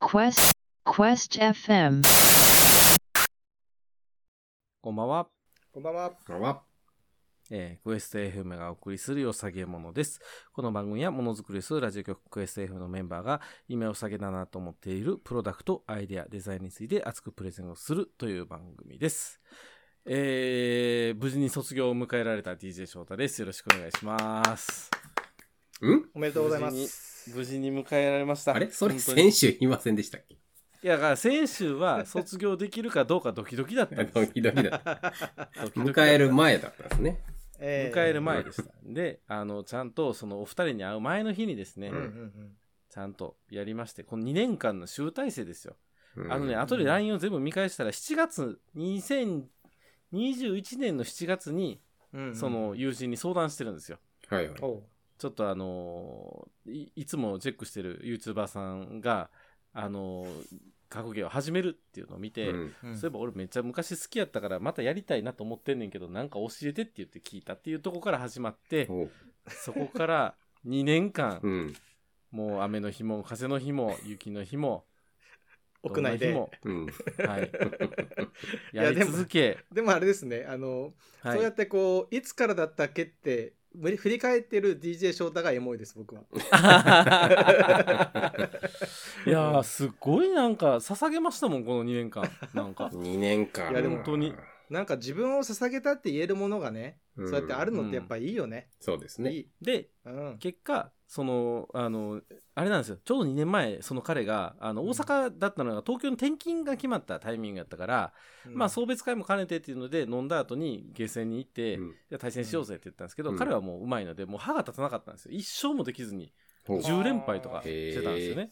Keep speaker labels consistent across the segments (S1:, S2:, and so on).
S1: Quest Quest FM
S2: こんばんは。
S3: こんばんは。
S4: こんばんは。
S2: えークエスト FM がお送りするよさげものです。この番組はものづくりするラジオ局クエスト FM のメンバーが今よさげだなと思っているプロダクト、アイデア、デザインについて熱くプレゼンをするという番組です。えー、無事に卒業を迎えられた DJ 翔太です。よろしくお願いします。
S4: ん
S3: おめでとうございます。
S2: 無事に迎えられました。
S4: あれそれ
S2: 本当に
S4: 先週言いませんでしたっ け
S2: いや、だから先週は卒業できるかどうかドキドキだったん です。
S4: ドキドキだった。
S2: ドキドキだ
S4: 迎える前だったんですね。
S3: えー
S2: 迎える前でした。で、あの、ちゃんとそのお二人に会う前の日にですね、
S4: う
S3: うんうんん
S2: ちゃんとやりまして、この2年間の集大成ですよ。
S4: うん
S2: あのね、後で LINE を全部見返したら、7月、2021年の7月に、
S3: うんうん
S2: そ、の友人に相談してるんですよ。
S4: はいはい。
S3: おう
S2: ちょっとあのーい、いつもチェックしてる YouTuber さんが、あのー、格ゲーを始めるっていうのを見て、
S4: うん
S3: うん
S2: そういえば俺めっちゃ昔好きやったからまたやりたいなと思ってんねんけどなんか教えてって言って聞いたっていうとこから始まって
S4: おう
S2: そこから2年間
S4: うん。
S2: もう雨の日も風の日も雪の日も
S3: 屋内で
S2: どんな
S4: うん。
S2: 日も、はい、
S3: いや
S2: やり続け、
S3: でもあれですね、あの、
S2: はい
S3: そうやってこう、いつからだったっけって、振り振り返ってる DJ 翔太がエモいです、僕は。
S2: いやーすごいなんか捧げましたもんこの2年間なんか
S4: 2年間。
S3: いやでも
S2: 本当に。
S3: なんか自分を捧げたって言えるものがね、
S4: うん
S3: そうやってあるのってやっぱいいよね。
S4: そうです
S3: い
S4: ね。
S3: い。
S2: で
S3: うん。
S2: 結果そのあのあれなんですよちょうど2年前その彼があの大阪だったのが東京に転勤が決まったタイミングやったから、まあ送別会も兼ねてっていうので飲んだ後に下船に行って、
S4: うん
S2: じゃあ対戦しようぜって言ったんですけど、
S4: うん
S2: 彼はもううまいのでもう歯が立たなかったんですよ一生もできずに
S4: おう
S3: じゅ
S2: 10連敗とかしてたんですよね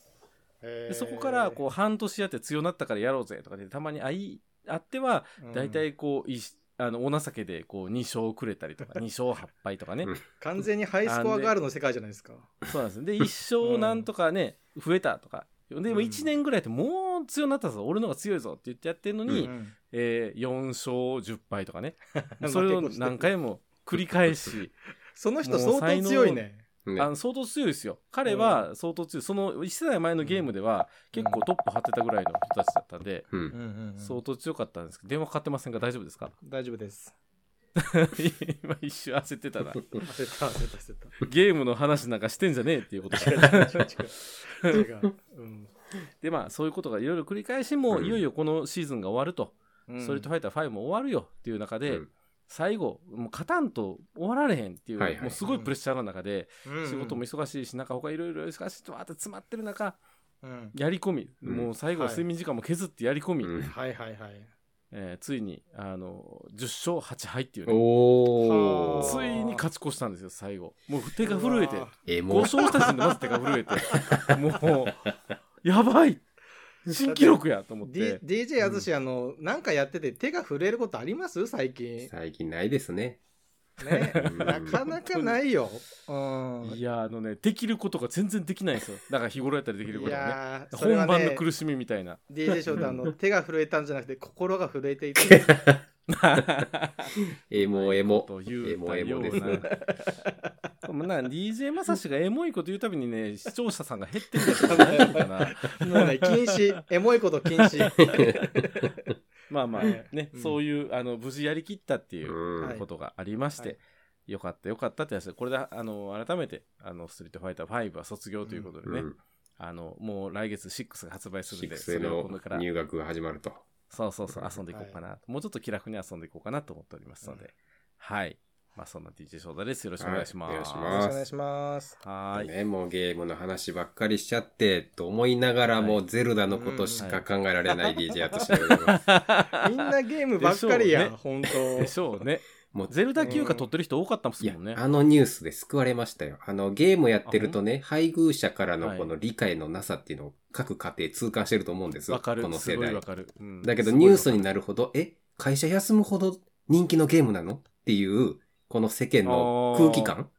S3: へー
S2: でそこからこう半年やって強なったからやろうぜとかでたまに会いあっては
S3: うん
S2: 大体こういしあのお情けでこう2勝くれたりとか2 勝8敗とかね
S4: うん
S3: 完全にハイスコアガールの世界じゃないですか。
S2: そうなんですで一生なんとかね増えたとかでも
S3: うん
S2: 1年ぐらいってもう強なったぞ俺のが強いぞって言ってやってるの
S4: う
S2: に、
S3: うん
S2: えー4勝10敗とか ね
S3: まあ
S2: それを何回も繰り返し
S3: その人相当強い ね。
S4: ね
S2: あの相当強いですよ彼は相当強いその1世代前のゲームでは結構トップ張ってたぐらいの人たちだったんで
S4: う。
S3: うんんうんうん
S2: 相当強かったんですけど電話かかってませんか大丈夫ですか
S3: 大丈夫です。
S2: 今一瞬焦ってたら
S3: 焦った焦った焦った。
S2: ゲームの話なんかしてんじゃねえっていうこと
S3: 違う違う違う違ううん
S2: でまあそういうことがいろいろ繰り返しもう
S4: うん
S2: いよいよこのシーズンが終わると、
S3: うん
S2: ストリートファイター5も終わるよっていう中で、
S4: うん
S2: 最後もう勝たんと終わられへんっていう、
S4: はいはい
S2: もうすごいプレッシャーの中で、
S3: うん
S2: 仕事も忙しいし中他いろいろ忙しいとわーって詰まってる中
S3: うん
S2: やり込み、
S4: うん
S2: もう最後は
S3: はい
S2: 睡眠時間も削ってやり込み、
S4: うん
S3: はいはいはい。
S2: えーついにあの10勝8敗っていうね、
S4: お
S2: つ
S4: ー。
S2: いに勝ち越したんですよ最後もう手が震えて
S3: うわ
S4: エ
S2: 5
S4: モ。
S2: 勝した時点でまず手が震えてもうやばい新記録やと思っ
S3: D-
S2: て
S3: DJ あずし、あの、なんかやってて手が震えることあります最近。
S4: 最近ないですね。
S3: ね。
S4: うん
S3: なかなかないよ。うん。
S2: いやあのねできることが全然できないんですよだから日頃やったらできることがね
S3: やーそれは
S2: 本番の
S3: ね、
S2: 苦しみみたいな
S3: DJ 翔太、あの、手が震えたんじゃなくて、心が震えていて。
S4: エモエモ。
S2: という
S4: エモエモです
S2: ようなな DJ まさしがエモいこと言うたびにね視聴者さんが減ってるから大丈夫かな
S3: もうね、禁止。エモいこと禁止。
S2: まあまあね、
S3: うん
S2: そういうあの無事やりきったっていううん
S3: はい
S2: ことがありまして、
S3: はい
S2: よかったよかったってやつでこれであの改めてあの「ストリートファイター5」は卒業ということで
S4: う
S2: ね、
S4: ん。
S2: あのもう来月6が発売するんで
S4: 6へ
S2: を
S4: の
S2: 今度から
S4: 入学が始まると。
S2: そうそうそう、遊んでいこ
S3: は
S2: う
S3: い
S2: かな。もうちょっと気楽に遊んでいこうかなと思っておりますので。
S3: うん
S2: はい。まあ、そんな DJ 翔太です。よろしくお願いします。
S4: はいお願いし
S3: よろ
S4: ま
S3: しくお願いします。
S2: はーい。
S4: ね、もうゲームの話ばっかりしちゃって、と思いながらも、ゼルダのことしか考えられない DJ 私でござい ます。
S3: みんなゲームばっかりや、
S2: で
S3: 本
S2: でしょうね。
S4: もう
S2: ゼルダ休暇取ってる人多かったもんす
S4: いや
S2: もんね。
S4: あのニュースで救われましたよ。あの、ゲームやってるとね、配偶者から
S2: は
S4: の
S2: い
S4: この理解のなさっていうのを各家庭痛感してると思うんです。
S2: わか
S4: こ
S2: る。
S4: の
S2: す
S4: 世
S2: ごい
S4: 代
S2: わ。かる。うん
S4: だけどニュースに
S2: す
S4: なるほど、え、会社休むほど人気のゲームなのっていう、この世間の空気感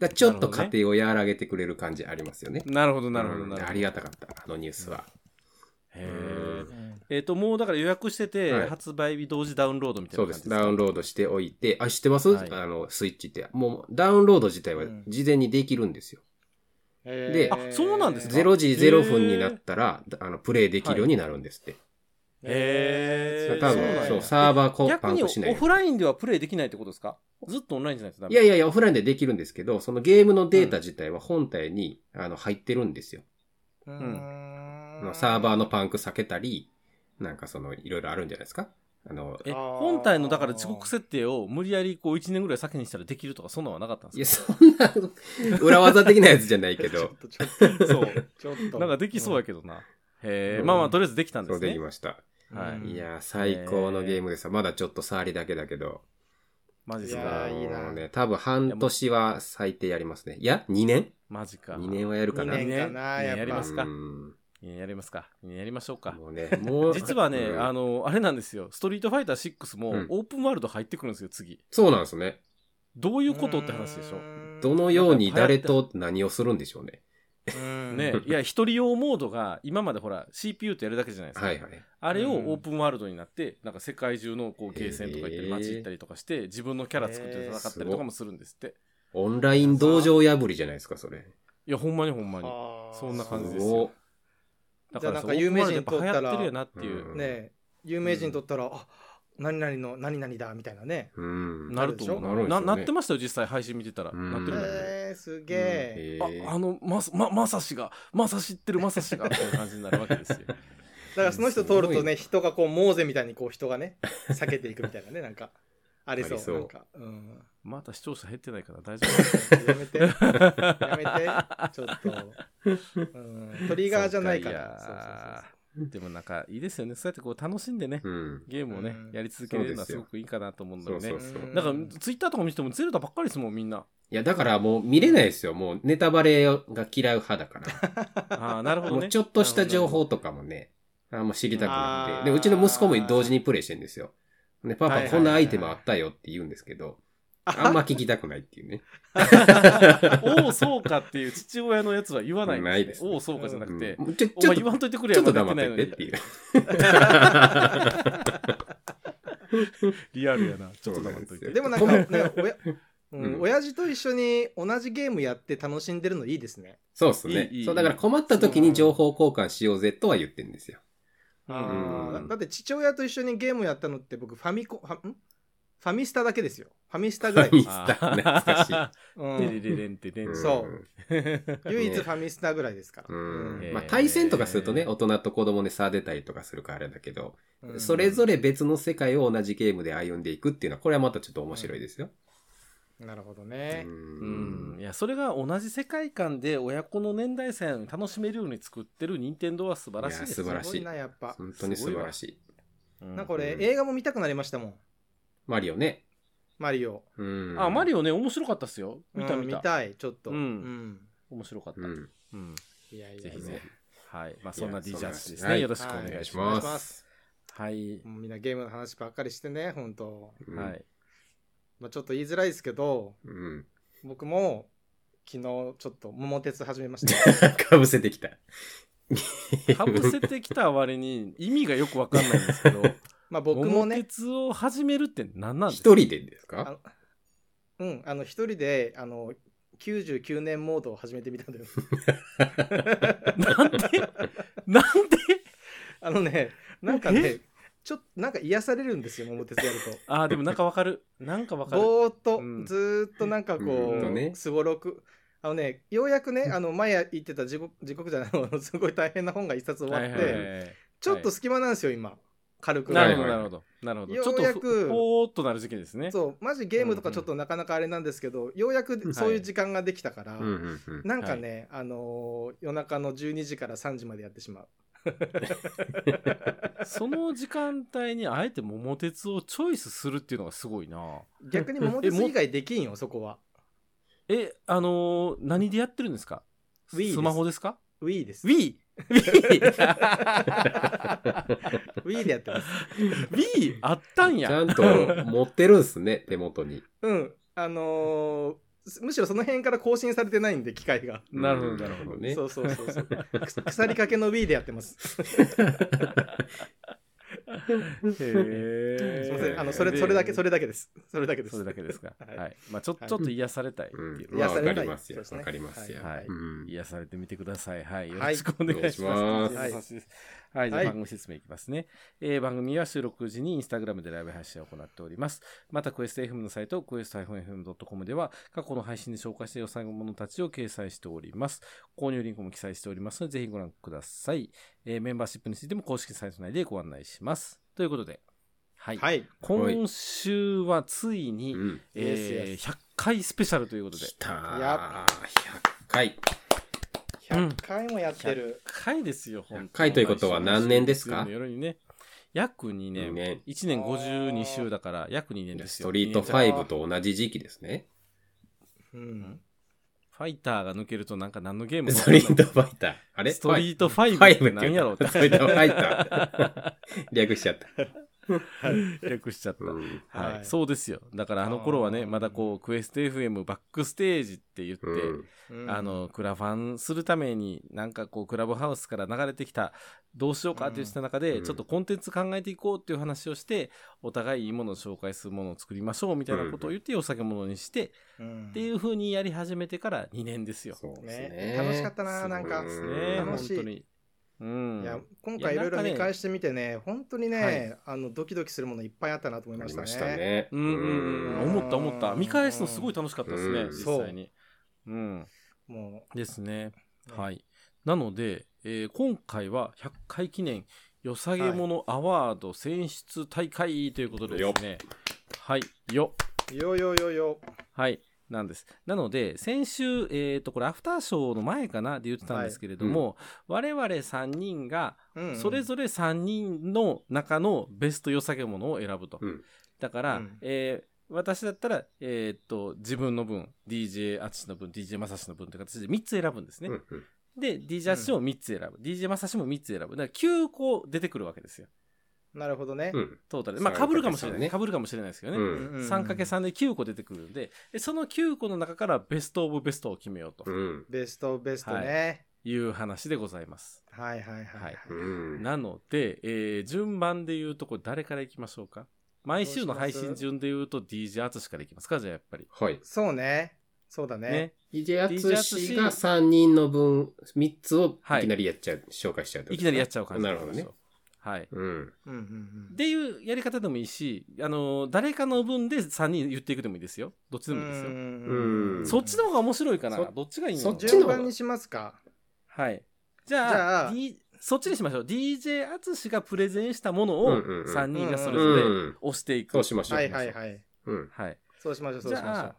S4: がちょっと
S2: なるほど
S4: 家
S2: ね
S4: 庭を和らげてくれる感じありますよね。
S2: ごいわかるなるほど、なるほど、
S4: うん
S2: なるほど。
S4: ありがたかった、あのニュースは。
S2: へー
S4: う
S3: 当。
S2: えっと、もうだから予約して
S4: は
S2: て、
S4: い
S2: 発売日同時ダウンロードみたい
S4: そ
S2: な
S4: う
S2: 感
S4: で
S2: じ
S4: す。ダウンロードしておいて、あ、知ってます、
S2: はい
S4: あの、スイッチって。もう、ダウンロード自体は
S3: うん
S4: 事前にできるんですよ。
S3: へー
S2: あそうなんですか
S4: 0時0分になったら、あのプレイできるようになるんですって。
S2: へー
S3: へー
S4: 多
S2: なんや
S4: 分、そう、
S2: ー
S4: サーバーこうパ
S2: 逆
S4: ン
S2: に
S4: クしない
S2: オ。フラインではプレイできないってことですかずっとオンラインじゃないとダメ
S4: いやいやいや、オフラインでできるんですけど、そのゲームのデータ自体は本体に、あの入ってるんですよ。
S3: う
S4: あの
S3: ん
S4: サーバーのパンク避けたり、なんかその、いろいろあるんじゃないですかあの、
S2: え
S3: あー
S2: 本体のだから時刻設定を無理やりこう1年ぐらい先にしたらできるとかそんなのはなかったん
S4: い
S2: で
S4: や、
S2: す
S4: そんな、裏技的なやつじゃないけ
S3: ちょっ
S4: ど、
S3: とちょっと
S2: かそう
S3: ちょっと
S2: なんかできそうや
S3: け
S2: けどな、へえ
S4: うん
S2: まあまあとりあえずできたんで
S4: そう
S2: す
S4: でき
S2: ね
S4: ました。
S3: ど
S2: はい
S3: うん
S4: いやー、最高のゲームでした。まだちょっと触りだけだけど、
S2: マジ
S3: い
S2: で
S3: や
S2: す
S3: ー
S2: か
S3: いいな
S4: もうね、多分半年は最低やりますね。いや、2年
S2: マジか
S4: ?2 年はやるかな。
S3: 二年かな
S2: 二
S3: やっぱ
S2: やりますか
S4: うん
S2: 二年やりますか二年やりましょうか
S4: もうね、もう。
S2: 実はね、
S4: うん
S2: あの、あれなんですよ。ストリートファイター6も
S4: うん
S2: オープンワールド入ってくるんですよ、次。
S4: そうなんですね。
S2: どういうことって話でしょ。
S4: どのように誰と何をするんでしょう ね。
S2: ね、いや、一人用モードが、今までほら、CPU とやるだけじゃないですか。
S4: はいはい。
S2: あれを
S3: うん
S2: オープンワールドになって、なんか世界中のこうゲーセンとか行った
S4: へ
S2: り、
S4: ー
S2: 街行ったりとかして、自分のキャラ作って戦ったりとかもするんですって。
S4: オンライン道場破りじゃないですか、それ。
S2: いや、ほんまにほんまに。そ
S3: そ
S2: んな感じですす
S4: ご
S2: よ
S4: っ。
S2: だから
S3: じゃあなん
S2: そ
S3: か
S2: う、
S3: 有名人
S2: オープンワールドやっぱ流行ってるよなってい
S4: 撮
S2: う
S4: っ。
S3: ねえ有名人とったら、あ何々の何々だみたいなね
S4: うん。
S2: なると思
S4: なるで
S2: う
S4: しょ
S2: な。
S4: うね
S2: なってましたよ、実際配信見てたら。
S4: うん
S2: なってるなってる。
S3: えー、すげえ、
S4: へー
S2: ああの、まさ、ま、まさしが、まさしってるまさしが、みたいな感じになるわけですよ。
S3: だからその人通
S4: す
S3: ると
S4: ごい
S3: ね人がこうモーゼみたいにこう人がね避けていくみたいなねな んかありそ
S4: あ
S3: う
S4: りそう
S3: なんか、うん、
S2: また視聴者減ってないから大丈
S3: やめてや
S2: 夫。
S3: めてちょっと、うん、トリガーじゃないから
S2: そうか でもなんかいいですよね。そうやってこう楽しんでね、
S4: うん。
S2: ゲームをね
S3: うん、
S2: やり続けるの
S4: そ
S2: は
S4: うです
S2: す
S4: よ
S2: ごくいいかなと思うんだ
S4: そ
S2: よ
S4: うそう。
S2: ね
S4: そう。
S3: うん
S2: なんかツイッターとか見てもゼルダばっかりですもん、みんな。
S4: いや、だからもう見れないですよ。もうネタバレが嫌う派だから。
S2: ああ、なるほど
S4: もう
S2: ね。
S4: ちょっとした情報とかもね、あんま知りたくな
S3: あ
S4: く
S3: ー
S4: て。で、うちの息子も同時にプレイしてるんですよ。ね、パ
S3: はい
S4: パ
S3: はい
S4: こんなアイテムあったよって言うんですけど、あんま聞きたくないっていうね。
S2: おお、そうかっていう父親のやつは言わないん
S4: ないですね
S2: おお、そうかじゃなくて
S4: う。んちょ、
S2: お
S4: ちょっ
S2: 前言わ
S4: と、
S2: んといてくれ
S4: ちょ
S2: や
S4: っと
S2: まだや
S4: 黙って
S2: な
S4: て
S2: い
S4: っ
S2: の
S4: て
S2: に
S4: いう。
S2: リアルやな。ちょっ
S4: そ
S2: と
S4: うな
S2: 黙
S4: んで
S2: っ
S4: す
S2: と
S4: よ
S2: いて。
S3: でもなんかね 親うん
S4: うん
S3: 親父と一緒に同じゲームやって楽しんでるのいいですね。
S4: そうっすね
S2: いいいい
S4: そう、だから困った時に情報交換しようぜとは言ってんですよ。
S2: う
S3: あ
S2: ん
S4: うん
S3: ーだだって父親と一緒にゲームやったのって僕ファミコンファんファミスタだけですよ。ファミスタぐらい。
S4: ミスター 懐かしい
S3: うん
S2: テレレレンテレン
S4: ん
S3: そ唯一
S4: ね
S3: ファミスタぐらいですから。
S4: うん
S2: うん
S4: まあ、対戦とかするとね、
S2: へー
S4: 大人と子供で差出たりとかするからあれだけど、
S3: うん
S4: それぞれ別の世界を同じゲームで歩んでいくっていうのは、これはまたちょっと面白いですよ。
S3: なるほど
S4: う
S3: ね。
S2: うんい
S4: ん。
S2: やそれが同じ世界観で親子の年代差やのに楽しめるように作ってる任天堂は素晴らしいです
S4: 素晴らしい
S3: すごな、やっぱ。
S4: 本当に素晴らしい。
S2: うん
S3: なんか俺、映画も見たくなりましたもん。
S4: マリオね。
S3: マリオ。
S4: うん。
S2: あマリ
S4: オ。
S2: オね面白かったっすよ見た
S3: うん
S2: 見た,、
S3: 見たい、ちょっと。
S2: うん
S3: うん
S2: 面白かった、
S4: う
S2: うん
S4: ん。
S3: いやいや
S2: ぜ
S3: い
S2: ひ
S3: や
S2: ぜ
S4: ね
S2: ひはいまあそんな D ジャッジですね、
S4: はい
S2: よろしくお
S4: お
S2: 願
S4: 願
S2: い
S4: い
S2: し
S4: し
S2: ま
S4: ま
S3: お願いしますす。
S2: すはい、
S3: もうみんなゲームの話ばっかりしてね、本当
S4: うん
S2: はい。
S3: まあちょっと言いづらいですけど、
S4: うん。
S3: 僕も昨日ちょっと桃鉄始め ました。
S4: かぶせてきた。
S2: かぶせてきた割に意味がよくわかんないんですけど
S3: まあ 僕も
S2: 桃、
S3: ね
S2: 鉄を始めるって何なんですか
S4: 一人でです
S3: あ
S4: か
S3: のうん、あの一人で、あの、99年モードを始めてみたんだよ。
S2: なんでなんで
S3: あのね、なんかね、ちょっとなんか癒されるんですよ、桃鉄やると。
S2: あーでもなんかわかるなんかわかる
S3: ぼーっと、
S2: うん
S3: ずーっとなんかこ
S2: うんと
S4: ね
S3: う、すごろく、あのね、ようやくね、あの前言ってた地獄地獄じゃない、 あのすごい大変な本が一冊終わって、
S2: はいはいはいはい
S3: ちょっと隙間なんですよ、今、軽く。
S2: なる
S4: は
S2: ほ
S4: い
S2: ど、
S4: はい
S2: なるほど。なるほど。
S3: よ
S2: ちょっ
S3: う
S2: と
S3: やく
S2: ふ、ほーっとなる時期ですね。
S3: そう、マジゲームとかちょっとなかなかあれなんですけど、ようやくそういう時間ができたから、
S4: うんうんうん。
S3: なんかね、あのー夜中の12時から3時までやってしまう。
S2: その時間帯にあえて桃鉄をチョイスするっていうのがすごいな。
S3: 逆に桃鉄以外できんよ、そこは。
S2: え、あのー何でやってるんですか
S3: Wii です
S2: スマホですか
S3: Wii です。
S2: ?Wii! Wii!
S3: Wii でやってます。
S2: Wii あったん
S4: ち
S2: や。
S4: ゃんと持ってるんす ね、手元に。
S3: うん。あのーむしろその辺から更新されてないんで、機械が。
S2: なるほど
S4: うん
S2: なるほど
S4: ね
S3: そ。うそうそうそう。く腐りかけの Wii でやってます。
S2: へー
S3: すいませんあのそれそれだけそれだけですそれだけです
S2: それだけですか。
S3: はい
S2: はい。まあちょ、ち
S3: は
S2: ょ
S3: い
S2: っと癒されたいって
S4: うん
S2: いう。
S4: まあ、
S3: 癒さ
S4: わ
S3: れ
S4: か
S3: たい
S4: りますよ
S3: そうで。すね
S4: わかりますよ。
S2: はい
S4: うん
S2: 癒されてみてください。はい。よ
S3: は
S2: ろ
S3: い
S2: しくお願いします。
S4: お
S2: は
S3: 願
S2: い
S3: いしま。
S2: はい。じゃあ
S3: はい
S2: 番組説明いきますね。えー番組は収録時にインスタグラムでライブ配信を行っております。また、クエスト FM のサイト、クエスト -FM.com では、過去の配信で紹介した予算のものたちを掲載しております。購入リンクも記載しておりますので、ぜひご覧ください。えーメンバーシップについても公式サイト内でご案内します。ということで、はい。
S3: はい
S2: 今週はついに、
S4: うん。
S2: えー
S3: Yes, yes.
S2: 100回スペシャルということで。
S4: 来たー。
S3: や
S4: 100回。
S3: 100回もやってる、
S2: 100回ですよ、本当
S4: 100回ということは何年ですか
S2: 毎週の夜にね、約2年。
S4: 二年
S2: 1年52週だから、約2年です
S4: ス
S2: よ。
S4: トリート
S2: ファイ
S4: 5と同じ時期ですね。
S3: うん
S2: ファイターが抜けるとなんか何のゲーム
S4: ストリートファイター。あれ
S2: ストリート
S4: フ
S2: ファイ
S4: ァイ
S2: ブ
S4: ブっ
S2: って
S4: て
S2: 何やろう
S4: 言
S2: っ
S4: ったストリートファイ ター。略しちゃった。
S2: て 略しちゃった。
S4: うん。
S2: はい、
S3: はい
S2: そうですよ。だからあの頃はね、
S3: あー
S2: まだこう、クエスト FM バックステージって言って、
S4: うん
S3: うん
S2: あの、クラファンするために、なんかこう、クラブハウスから流れてきた、どうしようかって言ってた中で、
S4: うん
S2: ちょっとコンテンツ考えていこうっていう話をして、お互いいいものを紹介するものを作りましょうみたいなことを言って、お酒物にして、
S3: うん
S2: っていう風にやり始めてから2年ですよ。
S4: そうですね
S3: ね。楽しかった
S2: すご
S3: ないなんか、
S2: です
S4: う
S2: ね、
S4: ん
S2: 本
S3: 楽しい
S2: 当に。うん。
S3: いや今
S2: い
S3: 回い
S2: や
S3: ろいろ
S2: なんかね
S3: 見返してみてね本当にね、
S2: はい
S3: あのドキドキするものいっぱいあったなと思い
S4: あ
S3: ま
S4: り
S3: したね
S4: ましたね。
S2: うんうんうん、
S3: うん
S2: 思った思った。見返すのすごい楽しかったですね、
S4: うん
S2: 実際に。うん。
S3: も
S2: ですね。
S3: う、、
S2: はいい。なので、えー今回は100回記念よさげものアワード選出大会ということでですね。はい。よ。
S3: よよよよ
S2: はい。なんです。なので、先週、えっ、と、これ、アフターショーの前かなで言ってたんですけれども、我々3人が、
S3: うんうん
S2: それぞれ3人の中のベスト良さげものを選ぶと。
S4: うん
S2: だから、
S3: うん
S2: えー私だったら、えーっと、自分の分、DJ アツシの分、DJ マサシの分という形で3つ選ぶんですね。
S4: うんうん
S2: で、DJ アツシも3つ選ぶ。DJ マサシも3つ選ぶ。だから9個出てくるわけですよ。
S3: なるほどね、
S4: うん
S2: トータルで。まあ、
S4: 3
S2: かぶるかもしれない。
S4: ね
S2: かぶるかもしれないですけど
S4: う
S2: ね。
S3: うん
S4: ん
S3: うんうん
S2: 3×3 で9個出てくるんで、でその9個の中からベストオブベストを決めようと
S4: うん
S3: ベストベストね、
S2: いう話でございます。
S3: はい、はいはいはい、
S4: うん
S2: なので、えー順番で言うと、これ誰からいきましょうか毎週の配信順で言うと DJ アツシからいきますかじゃあやっぱり。
S4: はい。
S3: そうねそうだね
S2: ね。
S4: DJ ア
S2: DJ
S4: ツシが3人の分、3つをいきなりやっちゃう、紹介しちゃうって
S2: い
S4: ことです
S2: き
S4: ね
S2: なりやっちゃう感じ
S4: なるほどね。。
S2: はい。
S4: うん。
S3: うんうんうん
S2: っていうやり方でもいいし、あのー誰かの分で3人言っていくでもいいですよ。どっちでもいいですよ。
S4: うん
S2: そっちの方が面白いかな。
S4: そ
S2: どっちがいいの
S4: そっちの
S3: 順
S4: 方が
S3: 番にしますか
S2: はい。じゃあ、
S3: じゃあ
S2: D- そっちにしましょう。DJ アツシがプレゼンしたもの
S4: うん
S2: を
S4: うんうん
S2: 3人がそれ
S4: う
S2: ぞれ
S4: ん。
S2: 押していく。
S4: そうしましょう。
S3: はいはいはい
S4: うん。
S2: はい。
S3: そうしましょうそう
S2: じ
S3: しましょ
S2: ゃあ、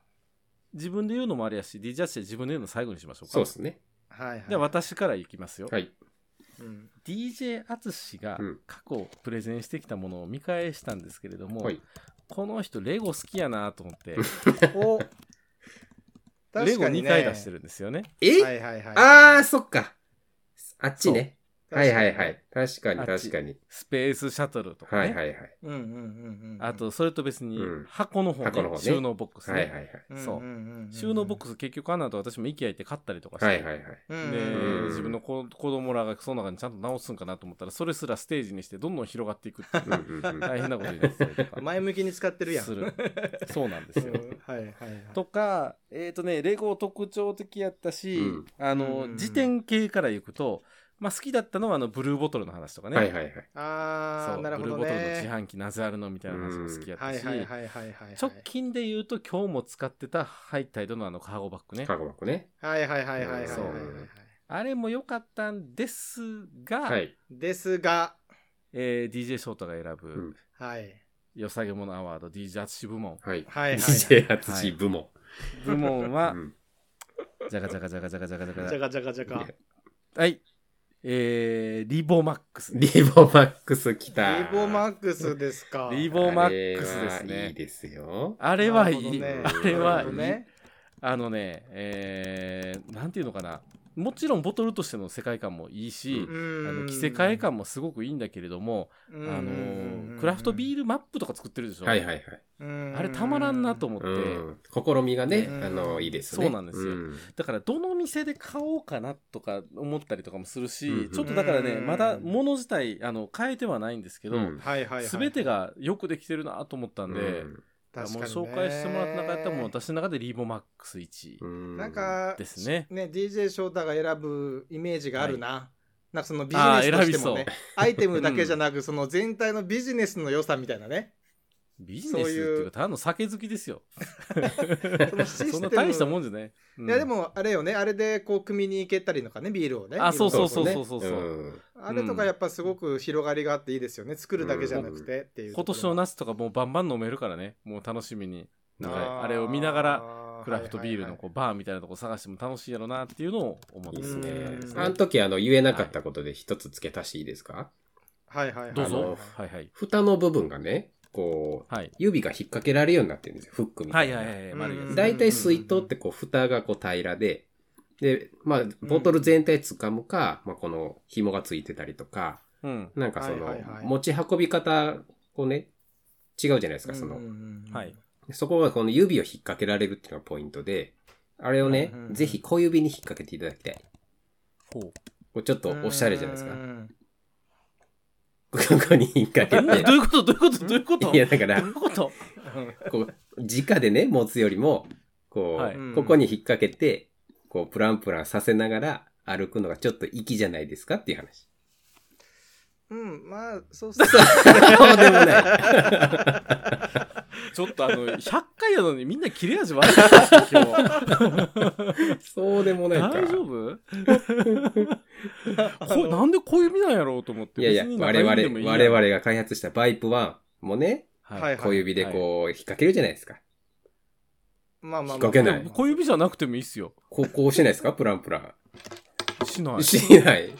S2: 自分で言うのもあれやし、DJ アツシは自分で言うの最後にしましょうか。
S4: そうですね。
S3: うはいはい
S2: じゃあ、私からいきますよ。
S4: はい。
S3: うん、
S2: DJ アツシが
S4: うん
S2: 過去プレゼンしてきたものを見返したんですけれども、
S4: はい。
S2: この人レゴ好きやなと思って、
S3: お
S2: レゴ2回出して
S3: る
S2: るんですよね。
S4: え
S3: はいはいはい
S4: あー、そっか。あっちね。はいはいはいい。確か
S2: あっ
S4: に
S2: ち
S4: 確かに。
S2: スペースシャトルとかね。
S4: はいはいはい。
S3: うんうんうんうん
S2: あと、それと別に
S4: うん
S2: 箱の方ね、
S4: 箱の方ね
S2: 収納ボックスね。
S4: はいはいはい。
S2: そうん
S3: んんん
S2: 収納ボックス結局あなた私も IKEA 行って買ったりとかして、
S4: はいはいはい。
S3: うん
S2: で
S4: うん
S2: 自分の子子供らがその中にちゃんと直すんかなと思ったらそれすらステージにしてどんどん広がっていくっていう
S4: うんうん うん
S2: 大変なことになってたりとか
S3: 前向きに使ってるやん
S2: す るそうなんです
S3: う
S2: よ。
S3: んはいはいはい
S2: とか、えっ、とね、レゴ特徴的やったし、
S4: うん
S2: あの、
S3: うん
S2: 辞典系から行くと、まあ好きだったのはあの、ブルーボトルの話とかね。
S4: はいはいはい。
S3: あ
S2: そ
S3: あ
S2: う、
S3: なるほど
S2: ブルーボトルの自
S3: ね
S2: 販機なぜあるのみたいな話も好きやった
S3: はい
S2: し、
S3: はいはいはいはいはい
S2: 直近で言うと今日も使ってたハイタイドのあのカーゴバッグね。
S4: カゴ箱ね。
S3: はいはいはいはいはいはい
S2: そう
S3: はい
S2: あれも良かったんですが、
S4: はい。
S3: ですが
S2: えー DJ ショートが選
S4: う
S2: ぶ
S4: ん
S3: はい
S2: 良さげものアワード DJ 淳部門。
S4: はい。
S3: はいはい
S4: DJ アツシ部門。
S2: 部門
S4: う
S2: は、
S4: ん
S2: じゃがじゃがじゃがじゃがじゃがじゃ
S3: じゃ
S2: が。
S3: がじゃがじゃが
S2: はい。えー、リボマックス。
S4: リボマックス来た。
S3: リボマックスですか
S2: リボマックスですね
S4: あれはいいですよ。
S2: あれはいい。
S3: なるほどね
S2: あれ
S3: な
S2: はい
S3: るほ
S2: い。
S3: どね
S2: あのね、えー、なんていうのかな。もちろんボトルとしての世界観もいいし、あの着せ替え感もすごくいいんだけれども、
S3: あ
S2: あのクラフトビールマップとか作ってるでしょ、
S4: はいはいはい。
S3: ー
S2: あれたまらんなと思って、
S4: うん。試みがね、
S3: うん
S4: あの、いいですね。
S2: そうなんですよ
S4: ん
S2: だからどの店で買おうかなとか思ったりとかもするし、
S4: うんうん
S2: ちょっとだからね
S3: うん
S2: まだ物自体あの変えてはないんですけど、
S4: うん
S3: はいはいはい
S2: 全てがよくできてるなと思ったんで、
S4: うん
S2: もう
S3: 確かにね
S2: 紹介してもらった中やったらもう私の中でリーボマックス1
S4: うん
S3: なんか
S2: ですね。
S3: ね DJ 翔太が選ぶイメージがあるな、なんかそのビジネスとしても
S2: あー選
S3: ね
S2: び
S3: アイテムだけじゃなくその全体のビジネスの良さみたいなね
S2: ビジネスっていうかただの酒好きですよ。
S3: そのシステム
S2: そんな大したもんじゃね。うん
S3: いやでもあれよねあれでこう組みに行けたりとかねビールをね
S2: あそうそう
S3: いろんなとこね
S2: そうそうそう
S4: うん
S3: あれとかやっぱすごく広がりがあっていいですよね作るだけじゃなくてっていう
S2: 今年の夏とかもうバンバン飲めるからねもう楽しみに
S4: あー
S2: はいあれを見ながら
S3: ら
S2: クラフトビールのこうバーみたいなとこ探しても楽しいやろなっていうのを思っ
S4: い
S2: て
S4: いです
S3: うん
S4: ね
S2: です。
S4: あの時、あの、言えなかったことで一つ付け足していいですか
S3: はいはいはい
S2: どう
S4: あ
S2: ぞ
S4: の
S2: はいはい
S4: 蓋の部分がね、こう、
S2: はい
S4: 指が引っ掛けられるようになってるんですよ、フックみ
S2: は
S4: たい
S2: い
S4: な。
S2: はいはい丸いや
S3: うん
S2: つ
S4: 大体水筒ってこう、蓋がこう平らで、で、まあ、ボトル全体掴むか、まあ、この紐がついてたりとか、
S2: うん
S4: なんかその、
S3: はいはいはい
S4: 持ち運び方をね、違うじゃないですか、その、
S3: うんうんうん
S2: はい
S4: そこはこの指を引っ掛けられるっていうのがポイントで、あれをね、
S3: うんうんうん
S4: ぜひ小指に引っ掛けていただきたい。
S2: ほ
S4: こうちょっとおしゃれじゃないですか
S3: う。ん
S4: ここに引っ掛
S2: うえ
S4: け
S2: どういうことどういうことどういうこと
S4: て。いや、だか
S2: ど
S4: ら
S2: うい、うこと
S4: こう、直でね、持つよりも、こう、
S2: はい
S4: ここに引っ掛けて、こう、プランプランさせながら歩くのがちょっと粋じゃないですかっていう 話。
S3: うんまあそうっ すね
S4: そうでもない。
S2: ちょっとあの100回やのにみんな切れ味悪いですね今日
S4: そうでもないか。
S2: 大丈夫こなんで小指なんやろうと思って。
S4: いやいや、
S2: 別に中
S4: 我
S2: 指
S4: 々、
S2: でもいいやん
S4: 我々。が開発したバイプ1もね、
S2: はい。
S3: はい
S4: 小指でこう、引っ掛けるじゃないですか。
S3: まあまあまあ
S4: 引っ掛けな
S2: で
S4: い
S2: も小指じゃなくてもいいっすよ。
S4: こう、こうしないです かプランプラン。
S2: しない。
S4: しない。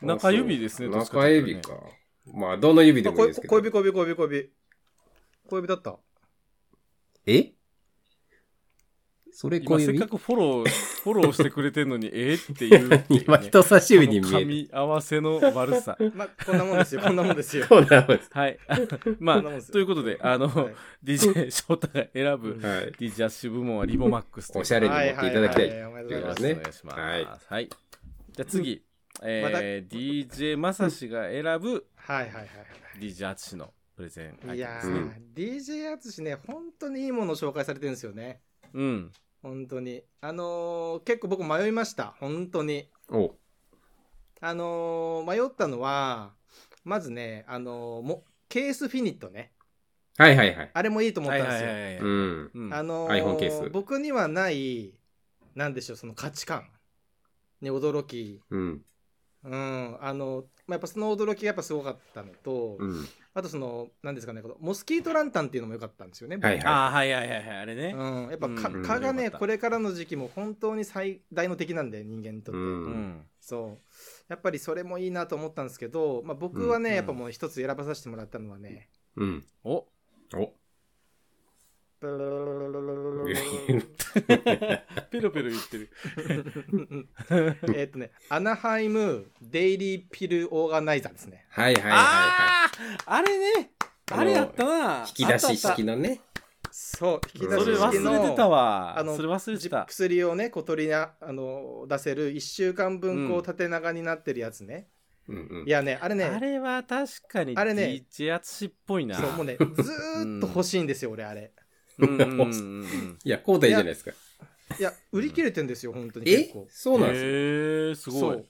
S2: 中指ですね
S4: そう中指か。まあ、どの指で
S3: あ
S4: もいい
S3: 小
S4: ですけ
S3: 小
S4: ど。
S3: 指小指小指小指小指だった
S4: えそれ
S2: 今
S4: 小
S2: せっ
S4: 指
S2: かくフォロー、フォローしてくれてんのに、えーっていうっていうね。
S4: 今、人差し指に見
S2: この
S4: える。
S2: 噛み合わせの悪さ。
S3: まあこんなもんですよこんなもんですよ
S4: そうなんです。
S2: はい。 ま
S3: こ
S2: あ
S3: んな、もんですよ
S2: ということで、あの、
S3: はい
S2: DJ 翔太が選ぶ
S4: はい。
S2: DJ アッシュ部門はリボマックスという
S4: おしゃれに持っていただきたい
S3: はははおめでとう
S2: よ
S3: ご
S2: ろ
S3: ざ
S4: ね
S2: しく
S3: い
S2: お願いします。は
S4: はいい。
S2: じゃあ次、
S3: また
S2: えー DJ まさしが選ぶ
S3: ますはいはいはい
S2: DJ アツシのプレゼンア
S3: はい
S2: イ
S3: い
S2: テムで
S3: や
S2: すね。
S3: ー DJ 淳ね本当にいいもの紹介されてるんですよね
S2: うん。
S3: 本当にあのー結構僕迷いました本当に
S4: お
S3: あのー迷ったのはまずねあのーもケースフィニットね
S4: はいはいはい。
S3: あれもいいと思っ
S2: は
S3: た
S2: い
S3: んで
S2: は
S3: す
S2: い
S3: よ、
S2: はいは
S4: う
S2: い。
S4: ん。
S2: うん
S3: あの
S4: iPhone ケース
S3: 僕にはないなんでしょうその価値観に驚き
S4: うん。
S3: うんあの、まあ、やっぱその驚きがやっぱすごかったのと、
S4: うん。
S3: あとその何ですかねこのモスキートランタンっていうのも良かったんですよね、
S4: はいは
S2: あーはいはいはいはい、あれね。
S3: うん、やっぱ蚊、
S2: うん
S3: 蚊が
S2: よ
S3: ね
S2: かった
S3: これからの時期も本当に最大の敵なんで人間に
S4: い。
S3: とっ
S4: う
S2: う
S3: て、
S4: ん。
S2: ん。
S3: そうやっぱりそれもいいなと思ったんですけど、まあ、僕はね、
S2: うん
S3: やっぱもう一つ選ばさせてもらったのはね、
S4: うん。
S2: お
S4: お
S2: ペロペロ言ってる。
S3: えっとねアナハイムデイリーピルオーガナイザーですね
S4: はいはいはいは。
S2: あああれねあれやったない
S4: 引き出し
S2: あったあった
S4: 式のね。
S3: そう引き出し
S2: それ
S3: 式
S2: 忘れてた
S3: の
S2: わ。
S3: あの
S2: それ忘れて
S3: じ
S2: た。
S3: 薬をねこう取りなあの出せる1週間分こ
S2: うん
S3: う縦長になってるやつね、
S4: うんうん
S3: い。やねあれね
S2: あれは確かに
S3: あれね
S2: DJ アツシっぽいな。
S3: そうもうねずーっと欲しいんですよ、俺あれ
S2: うんうんうんうん
S4: いや、こうたいいじゃないですか。
S3: いや売り切れてんですよ本当に
S4: え
S3: 結構
S4: そうなんですよ。
S2: へえすご
S3: そ。
S2: いう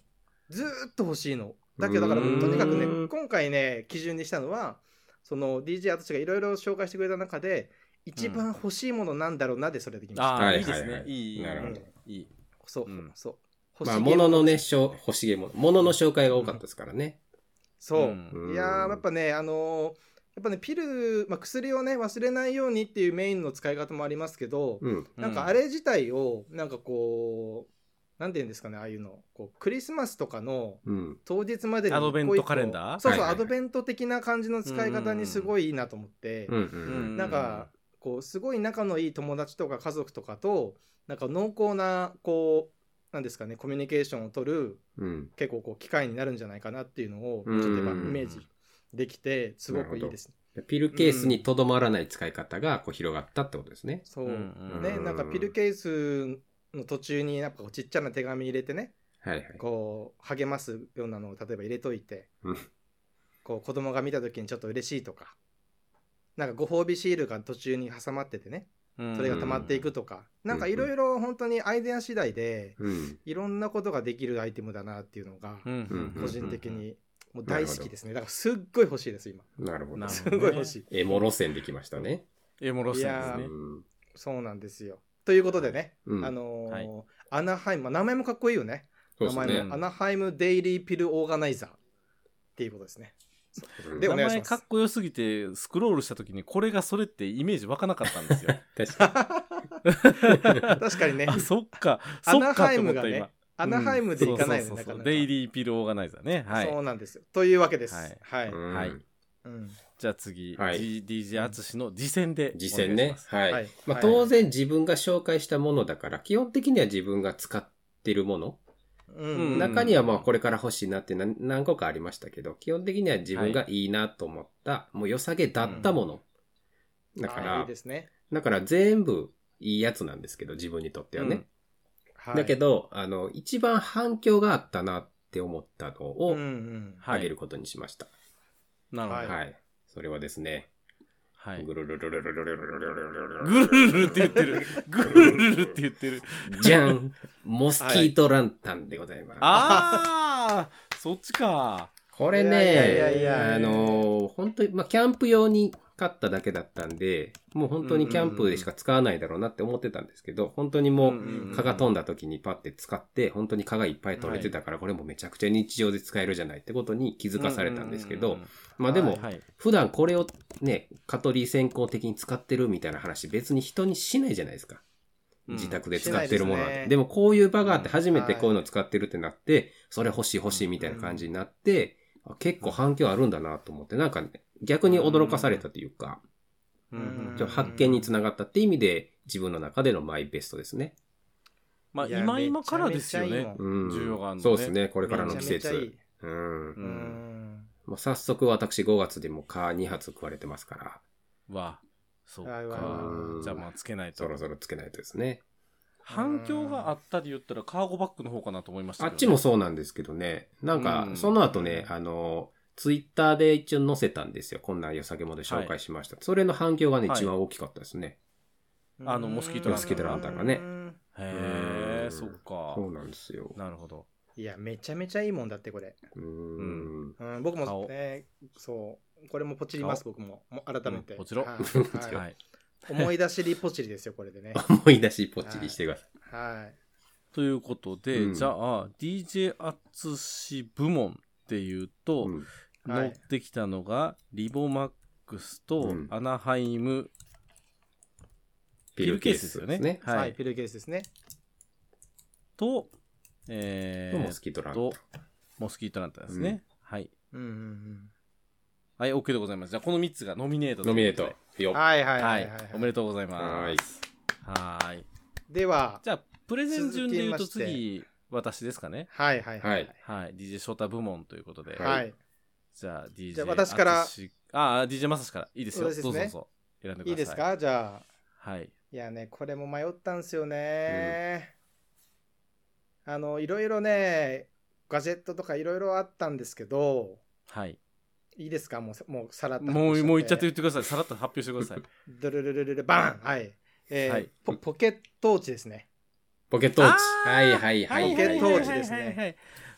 S3: ずーっと欲しいのだけどだから
S2: うーん
S3: とにかくね今回ね基準にしたのはその DJ 私がいろいろ紹介してくれた中で一番欲しいものなんだろうなでそれできました、
S2: あ
S4: は
S2: あ、
S4: い
S2: いいです
S4: は
S2: ね
S4: い。はい
S2: いいいい。
S4: なる
S3: ほど
S2: いい。
S3: そう、
S2: うん
S3: そう
S4: まあ、
S3: 欲しい系
S4: 物のね、しょ欲しげもの。物の紹介が多かったですからね。
S3: そう、
S2: うん
S3: いやーやっぱねあのーやっぱねピル、まあ、薬をね忘れないようにっていうメインの使い方もありますけど、
S4: うん。
S3: なんかあれ自体をなんかこうなんて言うんですかねああいうのこうクリスマスとかの
S4: うん。
S3: 当日までに
S2: アドベント
S3: 一個一個
S2: カレンダー
S3: そうそう、
S4: はいはいはい
S3: アドベント的な感じの使い方にすごいいいなと思って、
S4: うん。う
S2: うん
S4: ん。
S3: なんかこうすごい仲のいい友達とか家族とかとなんか濃厚なこなんですかねコミュニケーションを取る
S4: うん。
S3: 結構こう機会になるんじゃないかなっていうのをち
S4: う
S3: ょ
S4: ん
S3: っと今イメージできてすごくいいですね。
S4: ピルケースにとどまらない使い方がこう広がったってことですね。
S3: そう、
S2: うんうん
S3: ねなんかピルケースの途中になんかこうちっちゃな手紙入れてね
S4: はいはい。
S3: こう励ますようなのを例えば入れといて
S4: うん
S3: こう子供が見た時にちょっと嬉しいとかなんかご褒美シールが途中に挟まっててねそれが溜まっていくとか、なんかいろいろ本当にアイデア次第で
S4: うん。
S3: いろんなことができるアイテムだなっていうのが個人的にもう大好きですねだからすっごい欲しいです今
S4: なるほど
S2: なる。
S3: す
S2: ほ
S3: ご
S2: ど
S3: い欲しい
S4: エモ路線できましたね。
S2: エモロス
S4: う
S2: タ
S3: い
S2: ですね。
S4: ん。
S3: そうなんですよということでね、
S4: うん
S3: あのー
S2: はい
S3: アナハイムまあ名前もかっこいいよね
S4: そう
S3: 名
S4: です
S3: 前
S4: ね
S3: も、。アナハイムデイリーピルオーガナイザーっていうことで すね
S4: うん
S3: でお
S2: 名
S3: 願いし
S2: 前
S3: ます
S2: かっこよすぎて、スクロールした時に、これがそれってイメージ湧かなかったん ですよ。
S4: 確か
S3: 確かにね
S2: あ、そっか、
S3: ア
S2: そっ
S3: ナ
S2: か
S3: ハ
S2: っ
S3: イ
S2: て思
S3: ム
S2: っ
S3: が
S2: た
S3: ね
S2: 今。
S3: アナハイムで行かない
S2: そ
S3: の
S2: うそう
S3: な
S2: そ
S3: か
S2: うそう
S3: なか
S2: デイリーピルオーガナイザーね。は
S3: そう
S2: い。
S3: なんですよというわけです
S2: はい
S3: はい
S4: に。
S2: はいう
S3: うん
S2: じゃあ次、
S4: はい
S2: G- DJ 淳の次戦で。
S4: 次戦ね。。はい。
S3: はい
S4: まあ、
S3: はい
S4: 当然自分が紹介したものだから、基本的には自分が使ってるもの。
S3: うん
S2: なんか
S4: 中にはまあこれから欲しいなって何何個かありましたけど、基本的には自分がいいなと思った、もう良さげだったもの。だか
S3: あーい
S4: ら
S3: いですね
S4: だから全部いいやつなんですけど、自分にとってはね。
S2: うん
S3: はい
S4: だけど、あの、一番反響があったなって思ったの
S3: うん
S4: を
S3: うん
S2: は
S4: あげ
S2: い
S4: る。ことにしました。
S2: なるほ
S4: はい。
S3: い
S2: ど。
S4: それはですね、
S2: はい。
S4: ぐるるるるるるるるるるるる
S2: ぐるるるって言ってる。ぐるるるって言ってる。
S4: じゃんモスキートランタンでございます。
S2: ああそっちか。
S4: これ
S3: いやいやい
S4: ね、
S3: や
S4: あのー、本当に、まあ、キャンプ用に買っただけだったんで、もう本当にキャンプでしか使わないだろうなって思ってたんですけど、本当にも
S2: うん
S4: う、
S2: うんうん
S4: 蚊が飛んだ時にパッて使って、本当に蚊がいっぱい取れてたから、これもめちゃくちゃ日常で使えるじゃないってことに気づかされたんですけ
S2: う
S4: ど
S2: んうんうん、
S4: まあでも、
S2: はい。
S4: 普段これをね、蚊取り先行的に使ってるみたいな話、別に人にしないじゃないですか。
S2: うん
S4: 自宅で使ってるものなん
S3: しないで
S4: て。
S3: すね
S4: でもこういう場があって
S2: うん
S4: 初めてこういうの使ってるってなって、それ欲しい欲しいみたいな感じになって、あ結構反響あるんだなと思って、なんかね、逆に驚かされたというか、
S2: うんうん
S4: ちょっと発見につながったって意味で、自分の中でのマイベストですね。
S2: まあ
S3: いや
S2: 今今からですよ
S3: めちゃめちゃい
S2: ね
S3: いもん。
S4: うん。
S2: 需要があるのね
S4: そうですね、これからの
S3: め
S4: 季
S3: ちゃめちゃい
S4: 節
S3: い。
S4: うん。
S2: う
S3: うんん
S4: もう早速私5月でも蚊2発食われてますから、
S2: は、そうか
S3: はいはい
S4: はい。
S2: じゃあまあつけないと
S4: そ。ろそろつけないとですね。
S2: 反響があったり言ったら、カーゴバッグの方かなと思いました
S4: あ
S2: けどね。
S4: っちもそうなんですけどね。なんか
S2: う、ん
S4: その後ね、あの、ツイッターで一応載せたんですよ。こんな良さげもで紹介しました。それの反響がね、
S2: はい
S4: 一番大きかったですね。
S2: あのモスキート
S4: ランモスキートランタンがね
S3: うん
S4: う
S2: へえ、
S4: ん
S2: そっか。
S4: そうなんですよ。
S2: なるほど。
S3: いやめちゃめちゃいいもんだってこれ、
S4: うーん。
S3: うん、僕も
S2: 顔、
S3: ね、そうこれもポチります僕ももう改め て、
S2: うんポチろ
S3: はいはい
S2: はい。
S3: 思い出しりポチりですよこれでね
S4: 思い出しぽっちりしてください。
S3: はい
S2: ということで、
S4: うん
S2: じゃあ DJ あつし部門っていうと、
S4: うん
S3: は
S2: 乗
S3: い
S2: ってきたのがリボマックスと、
S4: うん
S2: アナハイムピルケースですよね。
S3: はい、
S2: はい。
S3: ピルケースですね
S2: と、え
S4: と
S2: ー、
S4: モスキートランタン
S2: とモスキートランタンですね。はい。
S3: うんうん
S2: はい、OK でございます。じゃあこの3つがノミネートと
S4: ノミネ
S2: い
S4: ー
S2: うこと
S4: ト
S2: で。
S3: う
S4: よ
S3: んはいはいは
S2: はいい
S3: はい、。
S2: おめでとうございます。はーい。
S3: では
S2: じゃあ、プレゼン順で言うと
S3: 続き
S2: 次、私ですかね。
S3: はいはいは
S4: はいい。
S2: はい。DJ 翔太部門ということで。
S4: はい
S3: はい
S2: じゃあ DJ
S3: じゃあ私から
S2: ああー DJ まさしからいいですよ
S3: そうです
S2: ど
S3: ね
S2: うぞどうぞ選んでください
S3: いいですかじゃあ
S2: はい
S3: いやね、これも迷ったんすよね。あの、いろいろね、ガジェットとかいろいろあったんですけど、
S2: はい
S3: いいですかもう、もうさらっと発
S2: も
S3: 表しちゃ
S2: うもう言っちゃって言っ
S3: て。
S2: てくださいさらっと発表してください
S3: ドルルルルルバーンはい。えー
S2: はい
S3: ポポケットーチですね。
S4: ポケットウォッチ。
S2: あー
S4: はいはいはい。
S3: ポケットウォーチ
S2: はい
S3: ですね
S2: はいはいはい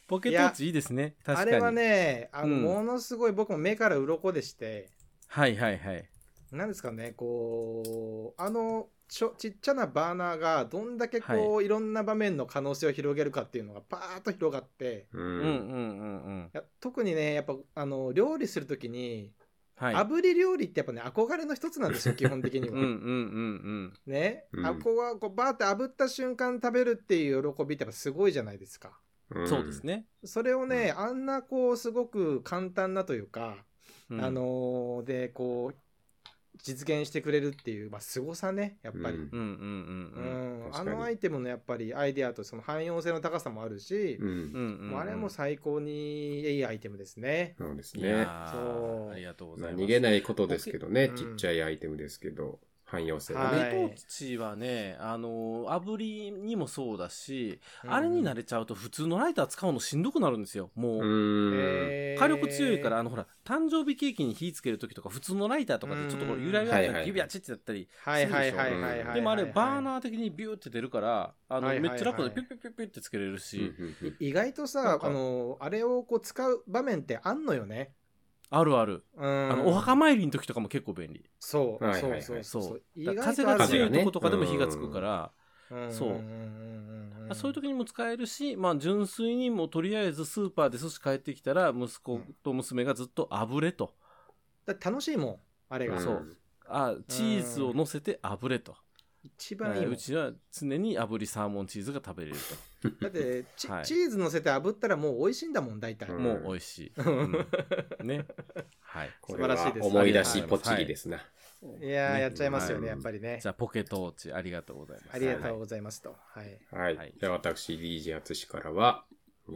S2: ポケットウォッチいいですね確か
S3: あ
S2: に
S3: れはね、あの、
S2: うん
S3: ものすごい僕も目から鱗でして、
S2: はいはいはい
S3: なんですかね、こう、あの、ちょちっちゃなバーナーがどんだけこう、い、ろんな場面の可能性を広げるかっていうのがパーッと広がって、
S4: う
S2: うんうん
S4: ん。
S2: うんうん
S3: いや特にねやっぱあの料理するときに、
S2: はい
S3: 炙り料理ってやっぱね憧れの一つなん ですよ基本的に
S2: う
S3: は。
S2: んうんうん
S3: ね、
S4: うん
S3: あこはこうバーって炙った瞬間食べるっていう喜びってやっぱすごいじゃないですか。
S2: うんそうです
S4: ね。
S2: ね
S3: それをね、あんなこうすごく簡単なというか、
S2: うん
S3: あのーでこう実現してくれるっていう、まあ、凄さね、やっぱり。
S4: うん
S2: うんうん
S3: う
S2: うんうん。
S3: ん、あ
S4: 確かに
S3: のアイテムのやっぱりアイデアとその汎用性の高さもあるし、
S4: うん。
S2: んんん
S3: もうあれはもう最高にいいアイテムですね。
S4: そうです
S2: い
S4: ね。
S2: や
S3: そ
S2: ー
S3: う
S2: ありがとうご
S4: ま
S2: ざ
S4: あ
S2: います。
S4: 逃げないことですけどね、
S3: うん
S4: ちっちゃいアイテムですけど、汎用性
S3: は
S4: はね。
S3: い
S2: レトチはね、あの、炙りにもそうだし、
S3: うん
S2: あれに慣れちゃうと普通のライター使うのしんどくなるんですよ。
S4: う
S2: もう、
S4: ーん。
S3: えー
S2: 火力強いから、あの、ほら、誕生日ケーキに火つけるときとか、普通のライターとかでちょっとこ
S3: う
S2: うん揺らゆらやった
S4: はいは
S2: り、
S4: い
S2: 指あっちってやったり、
S3: はいはいはいはいはいはい。
S2: でもあれ、バー
S3: ー。
S2: ナー的にビューって出るから、あの、
S3: はいはい
S2: め
S3: はい
S2: っちゃ楽でピュッピュッピュッピュッってつけれるし、
S3: 意外と
S2: な
S3: さ
S2: ん、か
S3: あの、あれをこう使う場面ってあんのよね。
S2: あるある。
S3: うん。
S2: あの、お墓参りのときとかも結構便利。
S3: そう、
S4: はいはい
S3: そ
S4: は
S3: う
S4: い
S3: そうそう
S2: そ
S3: そうう。。
S2: だから風が
S4: 風
S2: 強
S4: が
S2: い
S4: ね
S2: とことかでも火がつくから、そう
S3: う
S2: そういう時にも使えるし、まあ、純粋にもうとりあえずスーパーで寿司帰ってきたら息子と娘がずっと炙れと、
S3: だって楽しいもん、あれが。
S2: そうあチーズを乗せて炙れと、
S3: 一
S2: う
S3: 番いいもん
S2: うちは常に炙りサーモンチーズが食べれる
S3: だってチ、
S2: はい
S3: チーズ乗せて炙ったらもう美味しいんだもん、大体。
S2: と、
S4: うん
S2: もう美味しい、うんねはい
S4: これは
S3: 素晴らしいです
S4: 思い出しポチリですな。
S3: いや
S2: ね
S3: ー、やっちゃいますよ
S4: は
S3: ね、
S4: い
S3: やっぱりね
S2: じ。ゃあポケトーチありがとうございます
S3: ありがとうございますと。はい。
S4: はい。
S2: はい
S4: じゃあ私、DJ 淳からは、
S2: い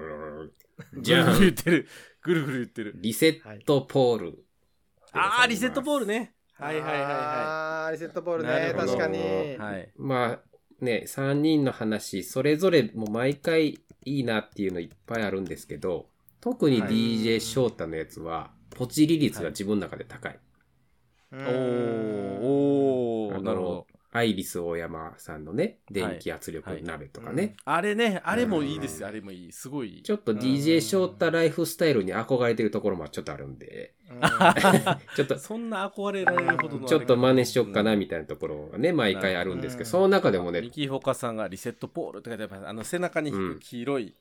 S4: じゃ
S2: ぐるぐる言
S4: ん
S2: ってるぐるぐる言ってる
S4: リセットポール。
S2: ああリセットボール。ねはいはいはいは
S3: あーリセットボール
S2: な
S3: ね
S2: る、ほど
S3: 確かに。
S2: いはい
S4: まあ、ね、3人の話、それぞれもう毎回いいなっていうのいっぱいあるんですけど、特に
S3: はい
S4: DJ 翔太のやつは、ポチリ率が自分の中で高い。
S3: お
S2: おーお
S4: あ
S2: ー
S4: の
S2: なるほど
S4: アイリス大山さんのね、電気圧力鍋とかね。
S2: あれね、あれもいいですよ、あれもいい。すごいいい。
S4: ちょっと DJ 翔太ライフスタイルに憧れてるところもちょっとあるんで、 ちょっと
S2: そんな憧れられるほどの。
S4: ちょっと真似しよっかなみたいなところがね、毎回あるんですけど、
S3: うん
S4: その中でも
S2: たいな。
S4: ね
S2: ミ、キホカさんがリセットポールって書いてあります。あの、背中に引く黄色い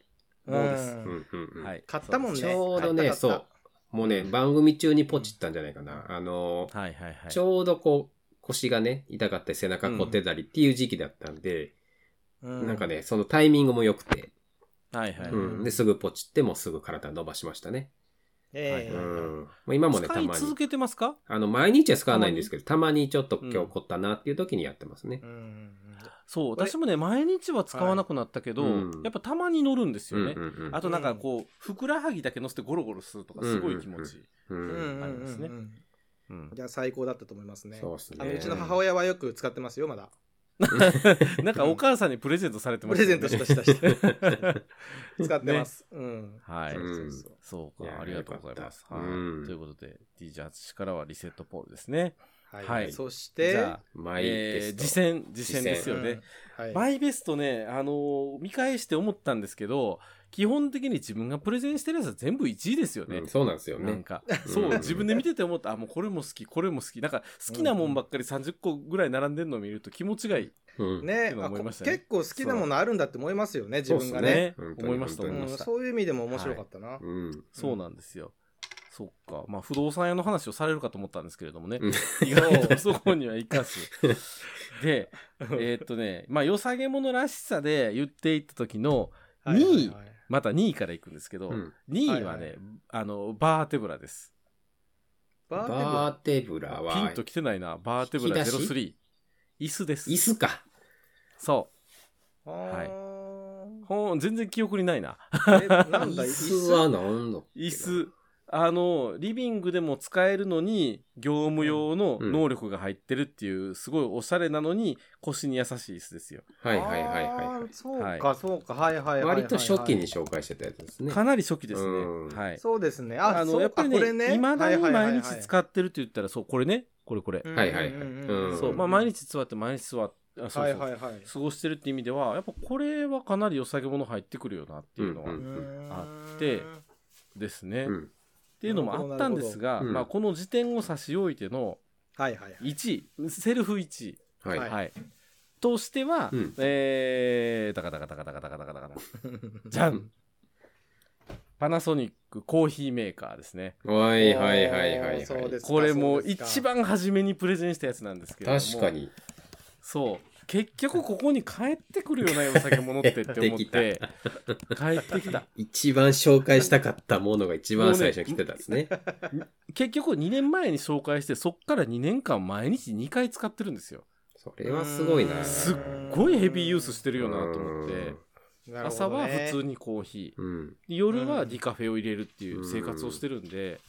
S2: 棒です。
S4: うんうんうん
S2: はい。
S3: 買ったもんね
S4: ちょうど
S3: 買
S4: ね、
S3: った買った
S4: そう。もうね、番組中にポチったんじゃないかな。あの、
S2: はいはいはい。
S4: ちょうどこう、腰がね、痛かったり背中凝ってたりっていう時期だったんで、なんか
S3: ね、
S4: ね、そのタイミングも良くて、
S2: はいはい。
S4: う
S3: うん
S4: ん。で、すぐポチって、もうすぐ体伸ばしましたね。
S3: え
S4: う
S3: え
S4: ん。もう今もね、
S2: 使
S4: た
S2: い
S4: まに
S2: 続。けてますか
S4: あの、毎日は使わないんですけど、たまにちょっと今日凝ったなっていう時にやってますね
S3: う。ん
S2: そう。
S3: これ
S2: 私もね、毎日は使わなくなったけど、
S4: はいうん
S2: やっぱたまに乗るんです
S4: うん
S2: よ
S4: うん
S2: ね。
S4: うん。
S2: あとなんかこう、ふくらはぎだけ乗せてゴロゴロするとか、すごい気持ちいい。
S4: う
S3: うん
S4: ん。
S2: ありますね
S3: うんうんうん
S2: うん
S3: じゃあ最高だったと思いますね。
S4: そうです
S3: あ
S4: ね。
S3: のうちの母親はよく使ってますよ、まだ。
S2: なんかお母さんにプレゼントされて
S3: プ
S2: ま
S3: レ
S2: した
S3: ゼ
S2: よ
S3: ン
S2: ね
S3: トしたした した。使ってます。うん。
S2: はい。
S4: うん
S2: そう
S4: い
S2: か
S4: や、ー
S2: ありがとうございます。
S4: よか
S2: はい。
S4: ったうん
S2: ということで、DJ 淳からはリセットポールですね。は
S3: はいい。そし
S2: じ
S3: て
S2: ゃあ、、
S4: マイ
S2: え
S4: テ
S2: ー、
S4: スト。
S2: 次戦、次戦ですよね。
S3: うん。はい
S2: マイベストね、あのー見返して思ったんですけど、基本的に自分がプレゼンしてるやつは全部1位ですよね。
S4: うんそうなんですよ
S2: なん
S4: ね。
S2: か、
S4: うん
S2: そう、自分で見てて思った、あ、もうこれも好き、これも好き。なんか、好きなもんばっかり30個ぐらい並んでるのを見ると気持ちがいい。
S4: うん
S2: ってい
S3: ね
S2: うのを
S3: あ
S2: 思い
S3: こ
S2: ましたね
S3: 結構好きなものあるんだって思いますよね、自
S4: そうっす
S3: 分が
S4: ね
S3: ね。
S4: 本当に
S2: 思いました、
S4: 本当
S2: 思い
S4: に
S2: ま
S3: うん
S2: した。
S3: そういう意味でも面白かったな。
S4: うん。
S2: そうなんですよ。そっか。まあ、不動産屋の話をされるかと思ったんですけれどもね
S4: うん。
S2: 意外とそこにはいかず。で、えーっとね、まあ、良さげものらしさで言っていった時の、
S3: はいはいはい
S2: 2位、また2位からいくんですけど、
S4: うん
S2: 2位はね、
S3: はいはい
S2: あの、バーテブラです。
S3: バーテブ
S4: バーテブラ
S2: ピ
S4: は
S2: ンと、来てないな。バーテブラ
S4: 引き出し
S2: 03。椅子です。
S4: 椅子か。
S2: そ
S3: あー
S2: う。ほん、全然記憶にないな。
S3: えなん
S4: 椅
S3: だ椅
S4: 子
S3: 子
S4: は何の
S2: 椅子。あの、リビングでも使えるのに、業務用の能力が入ってるっていう、すごいおしゃれなのに、腰に優しい椅子ですよ。
S4: はいはいはいはい
S3: あ
S4: は
S3: ーそう
S2: は
S3: かそうかはいはいはいはい
S4: い。
S3: はい
S4: 割と初期に紹介してたやつですね。
S2: かなり初期です
S4: うん
S2: ね。はい。
S3: そうですねあ
S2: あ
S3: そ
S2: の、
S3: う
S2: やっぱり
S3: あこれ
S2: ね、いまだに毎日
S3: う
S2: 使ってるって言ったら、そう、これね、これこれ。
S3: ん
S4: はいはいはい
S3: うんうん
S4: うん
S3: ん
S2: そう、まあ、毎日座って、毎日座って、あそうそう
S3: はいはいはい
S2: 過ごしてるって意味ではやっぱこれはかなり良さげもの入ってくるよなっていうのは
S4: うん
S2: あってですね、
S4: う
S2: っ
S4: ん。
S2: ていうのもあったんですが、
S4: なるほど
S2: まあ、
S4: うん
S2: この時点を差し置いての
S3: はいはいはい
S2: 1位セルフ1位、
S4: はい。
S2: はい
S4: は
S2: としては、
S4: うん
S2: えー、ダカダカダカダカダカダカダカ ダじゃんパナソニックコーヒーメーカーですね
S4: いはいはいはいはい。
S3: そうですか
S2: これも
S3: そうですか
S2: 一番初めにプレゼンしたやつなんですけれども
S4: 確かに。
S2: そう結局ここに帰ってくるような良さげものってって思っ
S4: 帰って
S2: て、帰ってきた。
S4: 一番紹介したかったものが一番最初に来てたんですね。
S2: 結局2年前に紹介して、そっから2年間毎日2回使ってるんですよ。
S4: それはすごいな。
S2: すっごいヘビーユースしてるよなと思っ
S4: う
S2: て
S4: ん、
S3: なるほ
S2: 朝
S3: どね
S2: は普通にコーヒ
S4: うん。
S2: ー、夜はディカフェを入れるっていう生活をしてるんで、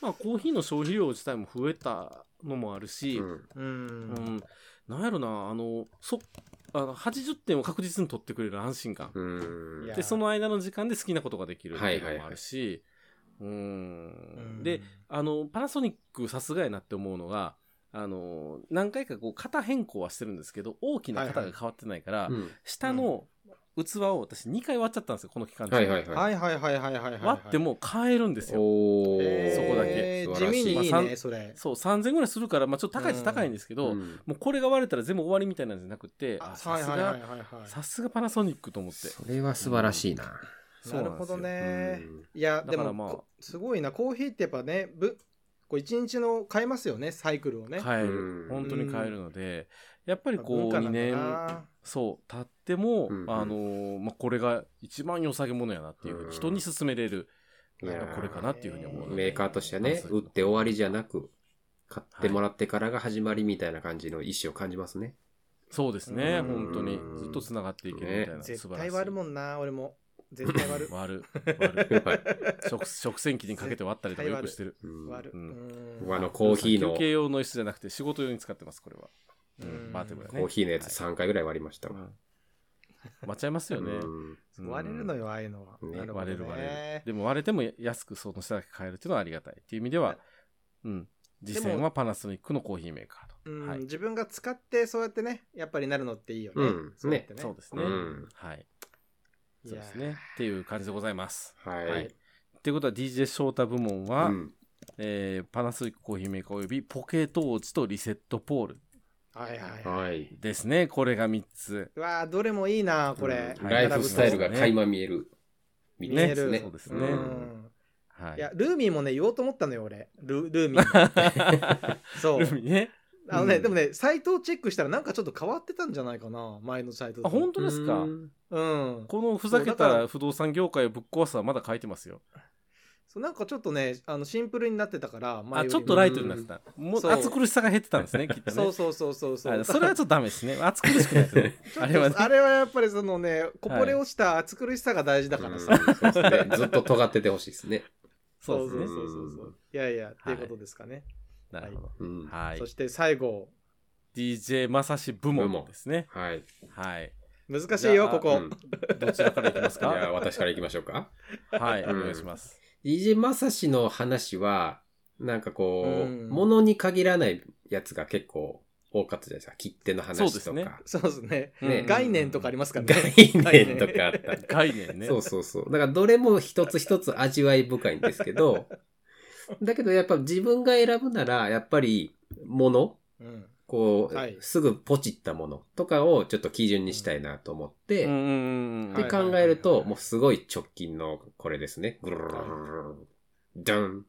S2: まあコーヒーの消費量自体も増えたのもあるし、
S4: うん
S3: う
S2: うんん、なんやろな、あの、そあの80点を確実に取ってくれる安心感。
S4: うん
S3: いや
S2: で、その間の時間で好きなことができるっていう
S4: はいはい
S2: の
S4: はい
S2: もあるし、う。
S3: うんん
S2: で、あの、パナソニックさすがやなって思うのが、あの、何回かこう、型変更はしてるんですけど、大きな型が変わってないから、
S4: うん
S2: 下の器を私2回割っちゃったんですよ、この期間中。
S4: はいはいはい。
S3: はいはいはいはいはいはい
S2: 割っても買えるんですよ。
S4: おー
S3: へ
S2: そこだけ
S4: 素
S3: ー
S4: 晴らしい
S3: 地味にいい
S2: まあさ
S3: ね
S2: ん
S3: それ
S2: そう、3000ぐらいするから、まあちょっと高いっちゃ高いんですけど、
S4: うん
S2: もうこれが割れたら全部終わりみたいなんじゃなくて、あ、さ
S3: はい
S2: す
S3: はいは
S2: が
S3: いはいはい
S2: さすがパナソニックと思って。
S4: それは素晴らしいな。
S2: そう
S3: なる
S2: んで
S3: ほ
S2: すよ
S3: ど。ね
S4: うん
S3: いや
S2: だ
S3: で
S2: から
S3: も、
S2: まあ
S3: こすごいなコーヒーってやっぱねぶこう一日の変えますよねサイクルをね
S2: 買え
S4: う
S2: る。
S4: ん
S2: 本当に買えるので、やっぱりこ
S3: 文
S2: う、
S3: 化な
S2: 2
S3: ん
S2: 年、
S3: だな
S2: そう、経っても、
S4: うんうん
S2: あのーまあ、これが一番良さげものやなっていうふうに、
S4: うん
S2: 人に勧めれる、
S4: いやー
S2: これかなっていうふうに思う。
S4: メーカーとしてね
S2: そ、う
S4: 売って終わりじゃなく、買ってもらってからが始まりみたいな感じの意思を感じますね。
S2: そうですね、
S3: うん
S2: 本当に。ずっと繋がっていけるみたいな。
S3: 絶
S2: 素晴らし
S3: 対
S2: い。
S3: 割るもんな俺も絶対割る
S2: 割る。割 る。
S4: はい
S2: 食食洗機にかけて割ったりとかよくしてる。
S4: うん
S3: 割る
S2: うん
S3: うん
S4: 僕あのコーヒーの
S2: 休、憩用の椅子じゃなくて仕事用に使ってます、これは。う、
S3: うんん
S2: バーテブラね。
S4: コーヒーのやつ3回ぐらい割りました
S2: う
S4: わ。
S2: ん割っちゃいますよね。
S4: うん
S2: うん
S3: 割れるのよああいうのは、
S4: ね
S3: なほど
S2: 割れる
S3: ね
S2: 割れる。でも割れても安くその下だけ買えるっていうのはありがたいっていう意味では、うん。実践はパナソニックのコーヒーメーカー
S3: う
S2: と。
S3: ん
S2: はい。
S3: 自分が使ってそうやってねやっぱりなるのっていいよね、
S4: うん
S3: そうやってね
S2: そうです
S4: う
S2: ね。
S4: ん。
S2: はい。
S3: い
S2: そ
S3: や
S2: う
S3: ー
S2: ですね。っていう感じでございます。
S4: は
S2: はいい。っていうことは DJ 翔太部門は、
S4: うん
S2: えーパナソニックコーヒーメーカーおよびポケトーチとリセットポール
S3: はいはいはい
S4: はい。
S2: ですね。これが3つ。
S3: うわーどれもいいなこれ、
S4: うん
S2: はい
S4: ライフスタイルが垣間見える。
S3: 見
S2: える
S4: です
S2: そうです
S3: う
S2: ね
S4: うん
S3: ん
S2: はい
S3: や
S2: い。
S3: ルーミーもね言おうと思ったのよ俺ルルーミーそ う
S2: ルミね。
S3: あのね、
S4: うん
S3: でもねサイトをチェックしたらなんかちょっと変わってたんじゃないかな前のサイトと
S2: あ、本当ですか。
S4: うん
S3: うん
S2: このふざけ
S3: そうだか
S2: た
S3: ら
S2: 不動産業界をぶっ壊すはまだ書いてますよ。
S3: そうなんかちょっとねあのシンプルになってたから前よ
S2: あ、
S3: り
S2: ちょっとライトになってた。もう
S3: そう
S2: 暑苦しさが減ってたんですね、きっとね。
S3: そうそうそうそうそう
S2: あそれはちょっとダメですね。暑苦しくなってね
S3: ちょっと
S2: あれはね。
S3: あれはやっぱりそのねこぼれ落ちた暑苦しさが大事だからさ、
S4: うんそうですねずっと尖っててほしいですね。
S2: そうですね
S3: そう。そうそうそういやいや、っていうことですかね、
S2: なるほど。
S4: うん
S2: はい
S3: そ。して最後
S2: DJ まさし部門ですね。
S4: はい。
S2: はい。
S3: 難しいよ
S2: じゃあ
S3: ここ、
S4: うん
S2: どちらからいきま す
S4: じゃあ
S2: か
S4: 私から行きましょうか。
S2: はい。
S4: う
S2: お
S4: ん
S2: 願いします。
S4: DJ まさしの話は、なんかこう、
S3: うん
S4: 物に限らないやつが結構多かったじゃないですか。切手の
S2: そう
S4: 話
S2: で
S4: と
S2: す
S4: か、
S2: ね
S3: そうですね
S4: ね
S2: うん
S3: 概念とかありますからね
S4: 概念とかあった。
S2: 概念ね。
S4: そうそうそう。だからどれも一つ一つ味わい深いんですけど、だけどやっぱ自分が選ぶなら、やっぱり物、
S3: うん
S4: こう、
S3: はい
S4: すぐポチったものとかをちょっと基準にしたいなと思って、
S2: うんうんうんうん
S3: は
S4: で
S3: い
S4: 考える
S3: はいはいはい
S4: と、
S3: はい
S4: もうすごい直近のこれですね。ぐるるるるるダン。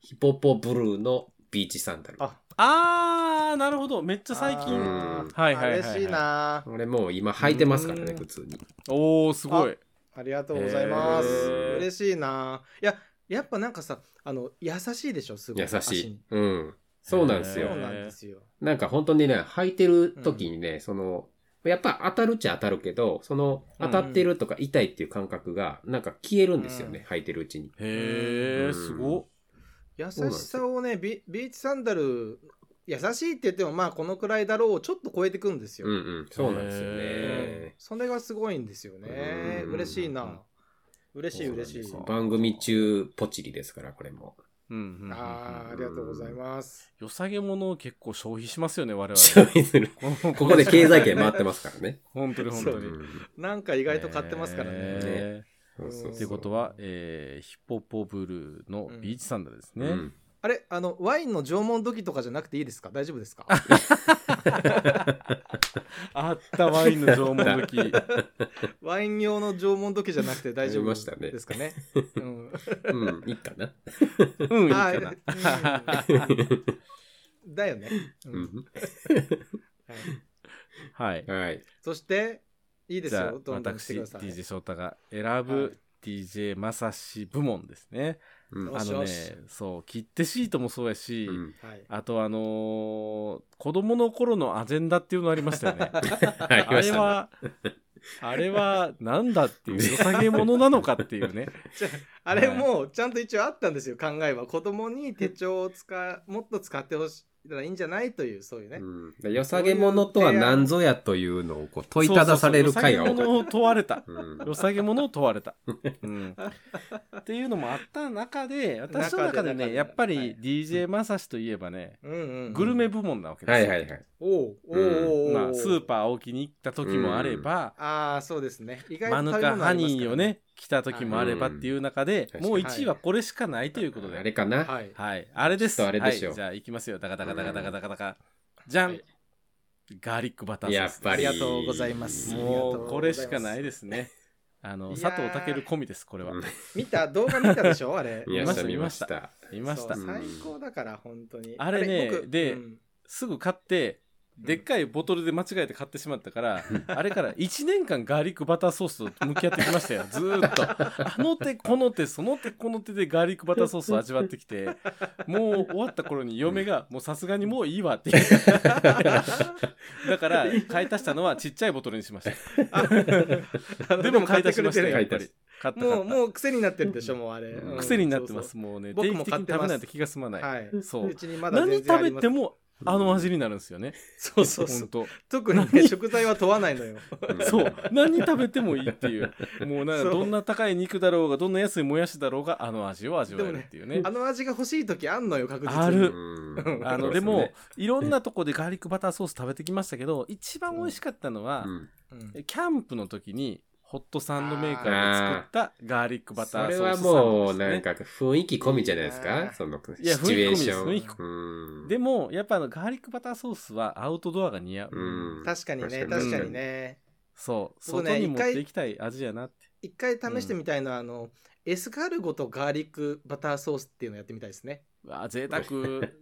S4: ヒポポブルーのビーチサンダル。
S3: あ
S2: あー、なるほど。めっちゃ最
S3: あ
S2: 近。
S3: ー
S2: はいはいはいはい
S3: 嬉しいな
S4: これもう今履いてますからね、
S3: うん
S4: 普通に。
S2: おー、すごい。
S3: ありがとうございます
S2: へー
S3: 嬉しいないややっぱなんかさあの優しいでしょすごい
S4: 優し
S3: 足
S4: い
S3: に。
S4: うん。そうなんです
S3: そ
S4: よ
S3: う。なんですよ
S4: なんか本当にね、履いてる時にね、その、やっぱ当たるっちゃ当たるけど、その、
S2: うん
S4: 当たってるとか痛いっていう感覚が、なんか消えるんですよね、履いてるうちに。う
S2: へー、
S4: ん
S2: すごっ。
S3: 優しさをねビビーチサンダル優しいって言ってもまあこのくらいだろうをちょっと超えてくんですよ、
S4: うんうん、そうなんですよ
S3: うん
S4: ね。
S3: それがすごいんですよね
S4: うん
S3: 嬉しいな嬉しい
S4: そうなんで
S3: 嬉
S4: す
S3: しい
S4: 番組中、ポチリですから、これも。
S2: うんうんうんうん
S3: あーありがとうございます
S2: 良さげものを結構消費しますよね、我
S4: 消
S2: 々。
S4: 費する。
S2: こ
S4: ここで経済圏回ってますからね。
S2: 本当に本当
S4: う
S2: に。
S4: ん
S3: なんか意外と買ってますからね、
S2: え
S4: そうそうそう
S2: ーってことは、えーヒポポブルーのビーチサンダルですね。
S4: うん
S3: あれあのワインの縄文土器とかじゃなくていいですか大丈夫で すか
S2: あったワインの縄文抜 き。
S3: ワイン用の縄文土器じゃなくて大丈
S4: あり
S3: 夫
S4: ましたね
S3: ですかね うん、
S4: うん、いいかな。
S2: うん、いい
S3: あ
S2: かな。
S3: ーうんだよね、うん
S4: うん
S3: はい
S2: はい。
S4: はい。
S3: そして、いいです
S2: じゃあ
S3: よ。、どんどんして
S2: 私、
S3: ください。
S2: DJ 翔太が選ぶ DJ まさし部門ですね。
S4: うん
S3: よ
S2: あ
S3: し
S2: の
S3: よ
S2: ね
S3: し、
S2: そう、切手シートもそうやし、
S4: うん
S3: はい。
S2: あとあのー子供の頃のアジェンダっていうのありましたよ ね。
S4: はい、来
S2: あ
S4: ま
S2: れ
S4: したね。
S2: は、あれはなんだっていう、良さげものなのかっていうね。
S3: あれもちゃんと一応あったんですよ、考えは。子供に手帳を使う、もっと使ってほしいらいいんじゃないという、そういうね。
S4: うん、良さげものとは何ぞやというのをこう問いただされる回が
S2: そ
S4: 多
S2: うそう
S4: か
S2: そう良さげものを問われた。
S4: った。
S2: 良さげものを問わ れた。うん、っていうのもあった中で、私の中で
S3: 中で中
S2: ね、
S3: で
S2: やっぱ
S3: は
S2: り
S3: い
S2: DJ まさしといえばね、
S3: うんうんうん
S2: グルメ部門なわけ
S4: うん
S2: です
S4: はい
S2: よ
S4: はいはい。
S3: おうおうおうおう
S2: まあ、スーパー青木に行った時もあれば、
S3: ああ、そうですね。意外
S2: マ
S3: と
S2: ヌ
S3: 食べ
S2: カ
S3: 物あ
S2: ハ
S3: ります
S2: ニ
S3: か
S2: ー
S3: ら
S2: をね、来た時もあればっていう中で、
S4: うん
S2: もう1位はこれしかないということで。
S4: あれかな、
S3: はい。
S2: はい。あれです。
S4: ちょっとあれでしょ
S2: はい、じゃあ、行きますよ。ダカダカダカダカダカダカ。じゃん、
S4: はい
S2: ガーリックバターソ
S4: や
S2: ー
S4: っ
S2: スです
S4: ぱり。
S3: ありがとうございます
S2: もう、これしかない
S3: ありがとうございます
S2: ですね。あの、
S3: い
S2: 佐
S3: やー
S2: 藤健込みです、これは
S4: うん。
S3: 見た動画見たでしょあれ。
S4: 見ました、見ました。
S2: 見ました
S3: そ。う
S4: うん
S3: 最高だから、本当に。
S2: あれね
S3: 僕
S2: で
S3: うん
S2: すぐ買って、でっかいボトルで間違えて買ってしまったから、あれから1年間ガーリックバターソースと向き合ってきましたよ、ずーっと。あの手、この手、その手、この手でガーリックバターソースを味わってきて、もう終わった頃に嫁が、もうさすがにもういいわって言ってだから、買い足したのはちっちゃいボトルにしました。
S3: あの
S2: でも買い足しましたよ、
S4: で
S2: や
S4: も買い
S2: っぱ
S4: 足
S2: り
S4: し。
S2: 買った
S3: もう、
S2: 買っ
S3: もう癖になってるでしょ、もうあれ。
S4: うん
S2: た。
S3: うん
S2: 癖になってま
S3: そ
S2: す、もうね。定
S3: 僕
S2: 期
S3: も
S2: 的に
S3: 買っ
S2: 食
S3: て
S2: べ
S3: ます
S2: ないと気が済ま
S3: う
S2: ない。
S3: はい。
S2: そう
S3: うちにまだ
S2: 何
S3: 全然あ
S2: 食
S3: り
S2: べ
S3: ます
S2: ても、あの味になるんですよね。
S3: そうそうそ
S2: 本
S3: う。
S2: 当。
S3: 特にね、食材は問わないのよ。
S2: そう。何食べてもいいっていう。もうなん
S3: そ
S2: か
S3: う
S2: どんな高い肉だろうが、どんな安いもやしだろうが、あの味を味わえるっていうね。
S3: あの味が欲しい時あんのよ、確実に。
S2: ある
S4: うん
S2: あの、でも、、いろんなとこでガーリックバターソース食べてきましたけど、一番美味しかったのは
S4: う、ん
S3: うん
S2: キャンプの時に、ホットサンドメーカーで作ったガーリックバタ
S4: そ
S2: ー
S4: れ
S2: ソー
S4: は
S2: スサンド
S4: も
S2: で
S4: う
S2: す、ね。
S4: なんか雰囲気込みじゃないですかそのシ
S2: いや
S4: チュエーション。
S2: 雰囲
S3: 気込みです雰囲気
S4: うん
S2: でも、やっぱあの、ガーリックバターソースはアウトドアが似合う。
S4: うん
S3: 確かにね、
S4: 確かに
S3: 確かにね。
S2: そう。
S3: 僕ね
S2: 外に持っていきたい味やなって。
S3: 一回試してみたいのは、あの、エスカルゴとガーリックバターソースっていうのやってみたいですね。
S2: うわあ、贅 沢。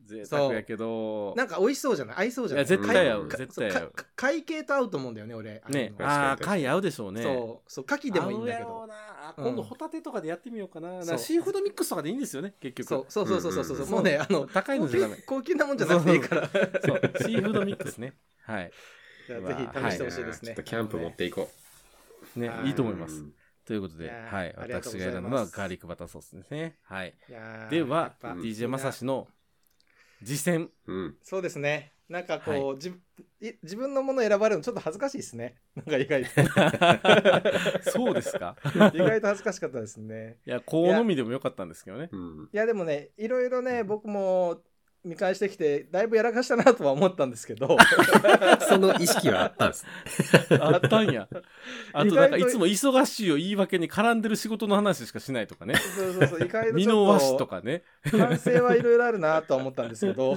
S2: 贅沢やけど。
S3: なんか美味しそうじゃない合いそうじ
S2: い
S3: ゃな
S2: や、
S3: い
S2: 絶対合
S4: う。
S2: うん絶
S3: そう
S2: 対合
S3: か
S2: う。
S3: か会計と合うと思うんだよね、俺。あ
S2: ね
S3: の、
S2: あ
S4: 確か
S2: あー、
S4: に
S2: 貝合うでしょうね。
S3: そう、そう、牡蠣でもいいんだけ
S2: 合うやろう
S3: ど。
S2: なあ
S3: うん
S2: 今度ホタテとかでやってみようかな,、
S3: そう
S2: なシーフードミックスとかでいいんですよね結局
S3: そうそうそうそうそうそう、
S4: うん
S3: もうね、あの、
S2: 高いのじゃダメ
S3: 高級 なもんじゃなくていいから。 じゃ
S2: そうシーフードミックスねはい
S3: あぜひ試してほしいです
S4: ちょ
S3: ね
S4: っと。キャンプ持っていこ。
S2: ね
S3: はい
S2: いいと思います、。ということで、
S3: いやー
S2: はい、
S3: ありがと
S2: 私
S3: う
S2: が
S3: ございます
S2: 選んだのはガーリックバターソースですねはい
S3: いやー
S2: で
S3: や
S2: は
S3: っぱ
S2: DJ まさしの実 践
S4: うん。
S3: そうですね。なんかこう、じい自分のもの選ばれるのちょっと恥ずかしいですね。 なんか意外 と
S2: そうですか
S3: 意外と恥ずかしかったですね。
S2: いやこうのみでもよかったんですけどね
S4: うん。
S3: いやでもね、いろいろね、僕も見返してきて、だいぶやらかしたなとは思ったんですけ ど、
S4: その意識はあったんです。
S2: あったんやあとなんか
S3: 意
S2: い
S3: 外
S2: つ
S3: と
S2: も忙しいを言い訳に絡んでる仕事の話しかしないとかね
S3: そうそうそう、意外と
S2: 身
S3: ち
S2: の
S3: ょ
S2: 和紙
S3: っ
S2: と
S3: と
S2: かね
S3: 反省はいろいろあるなとは思ったんですけ ど、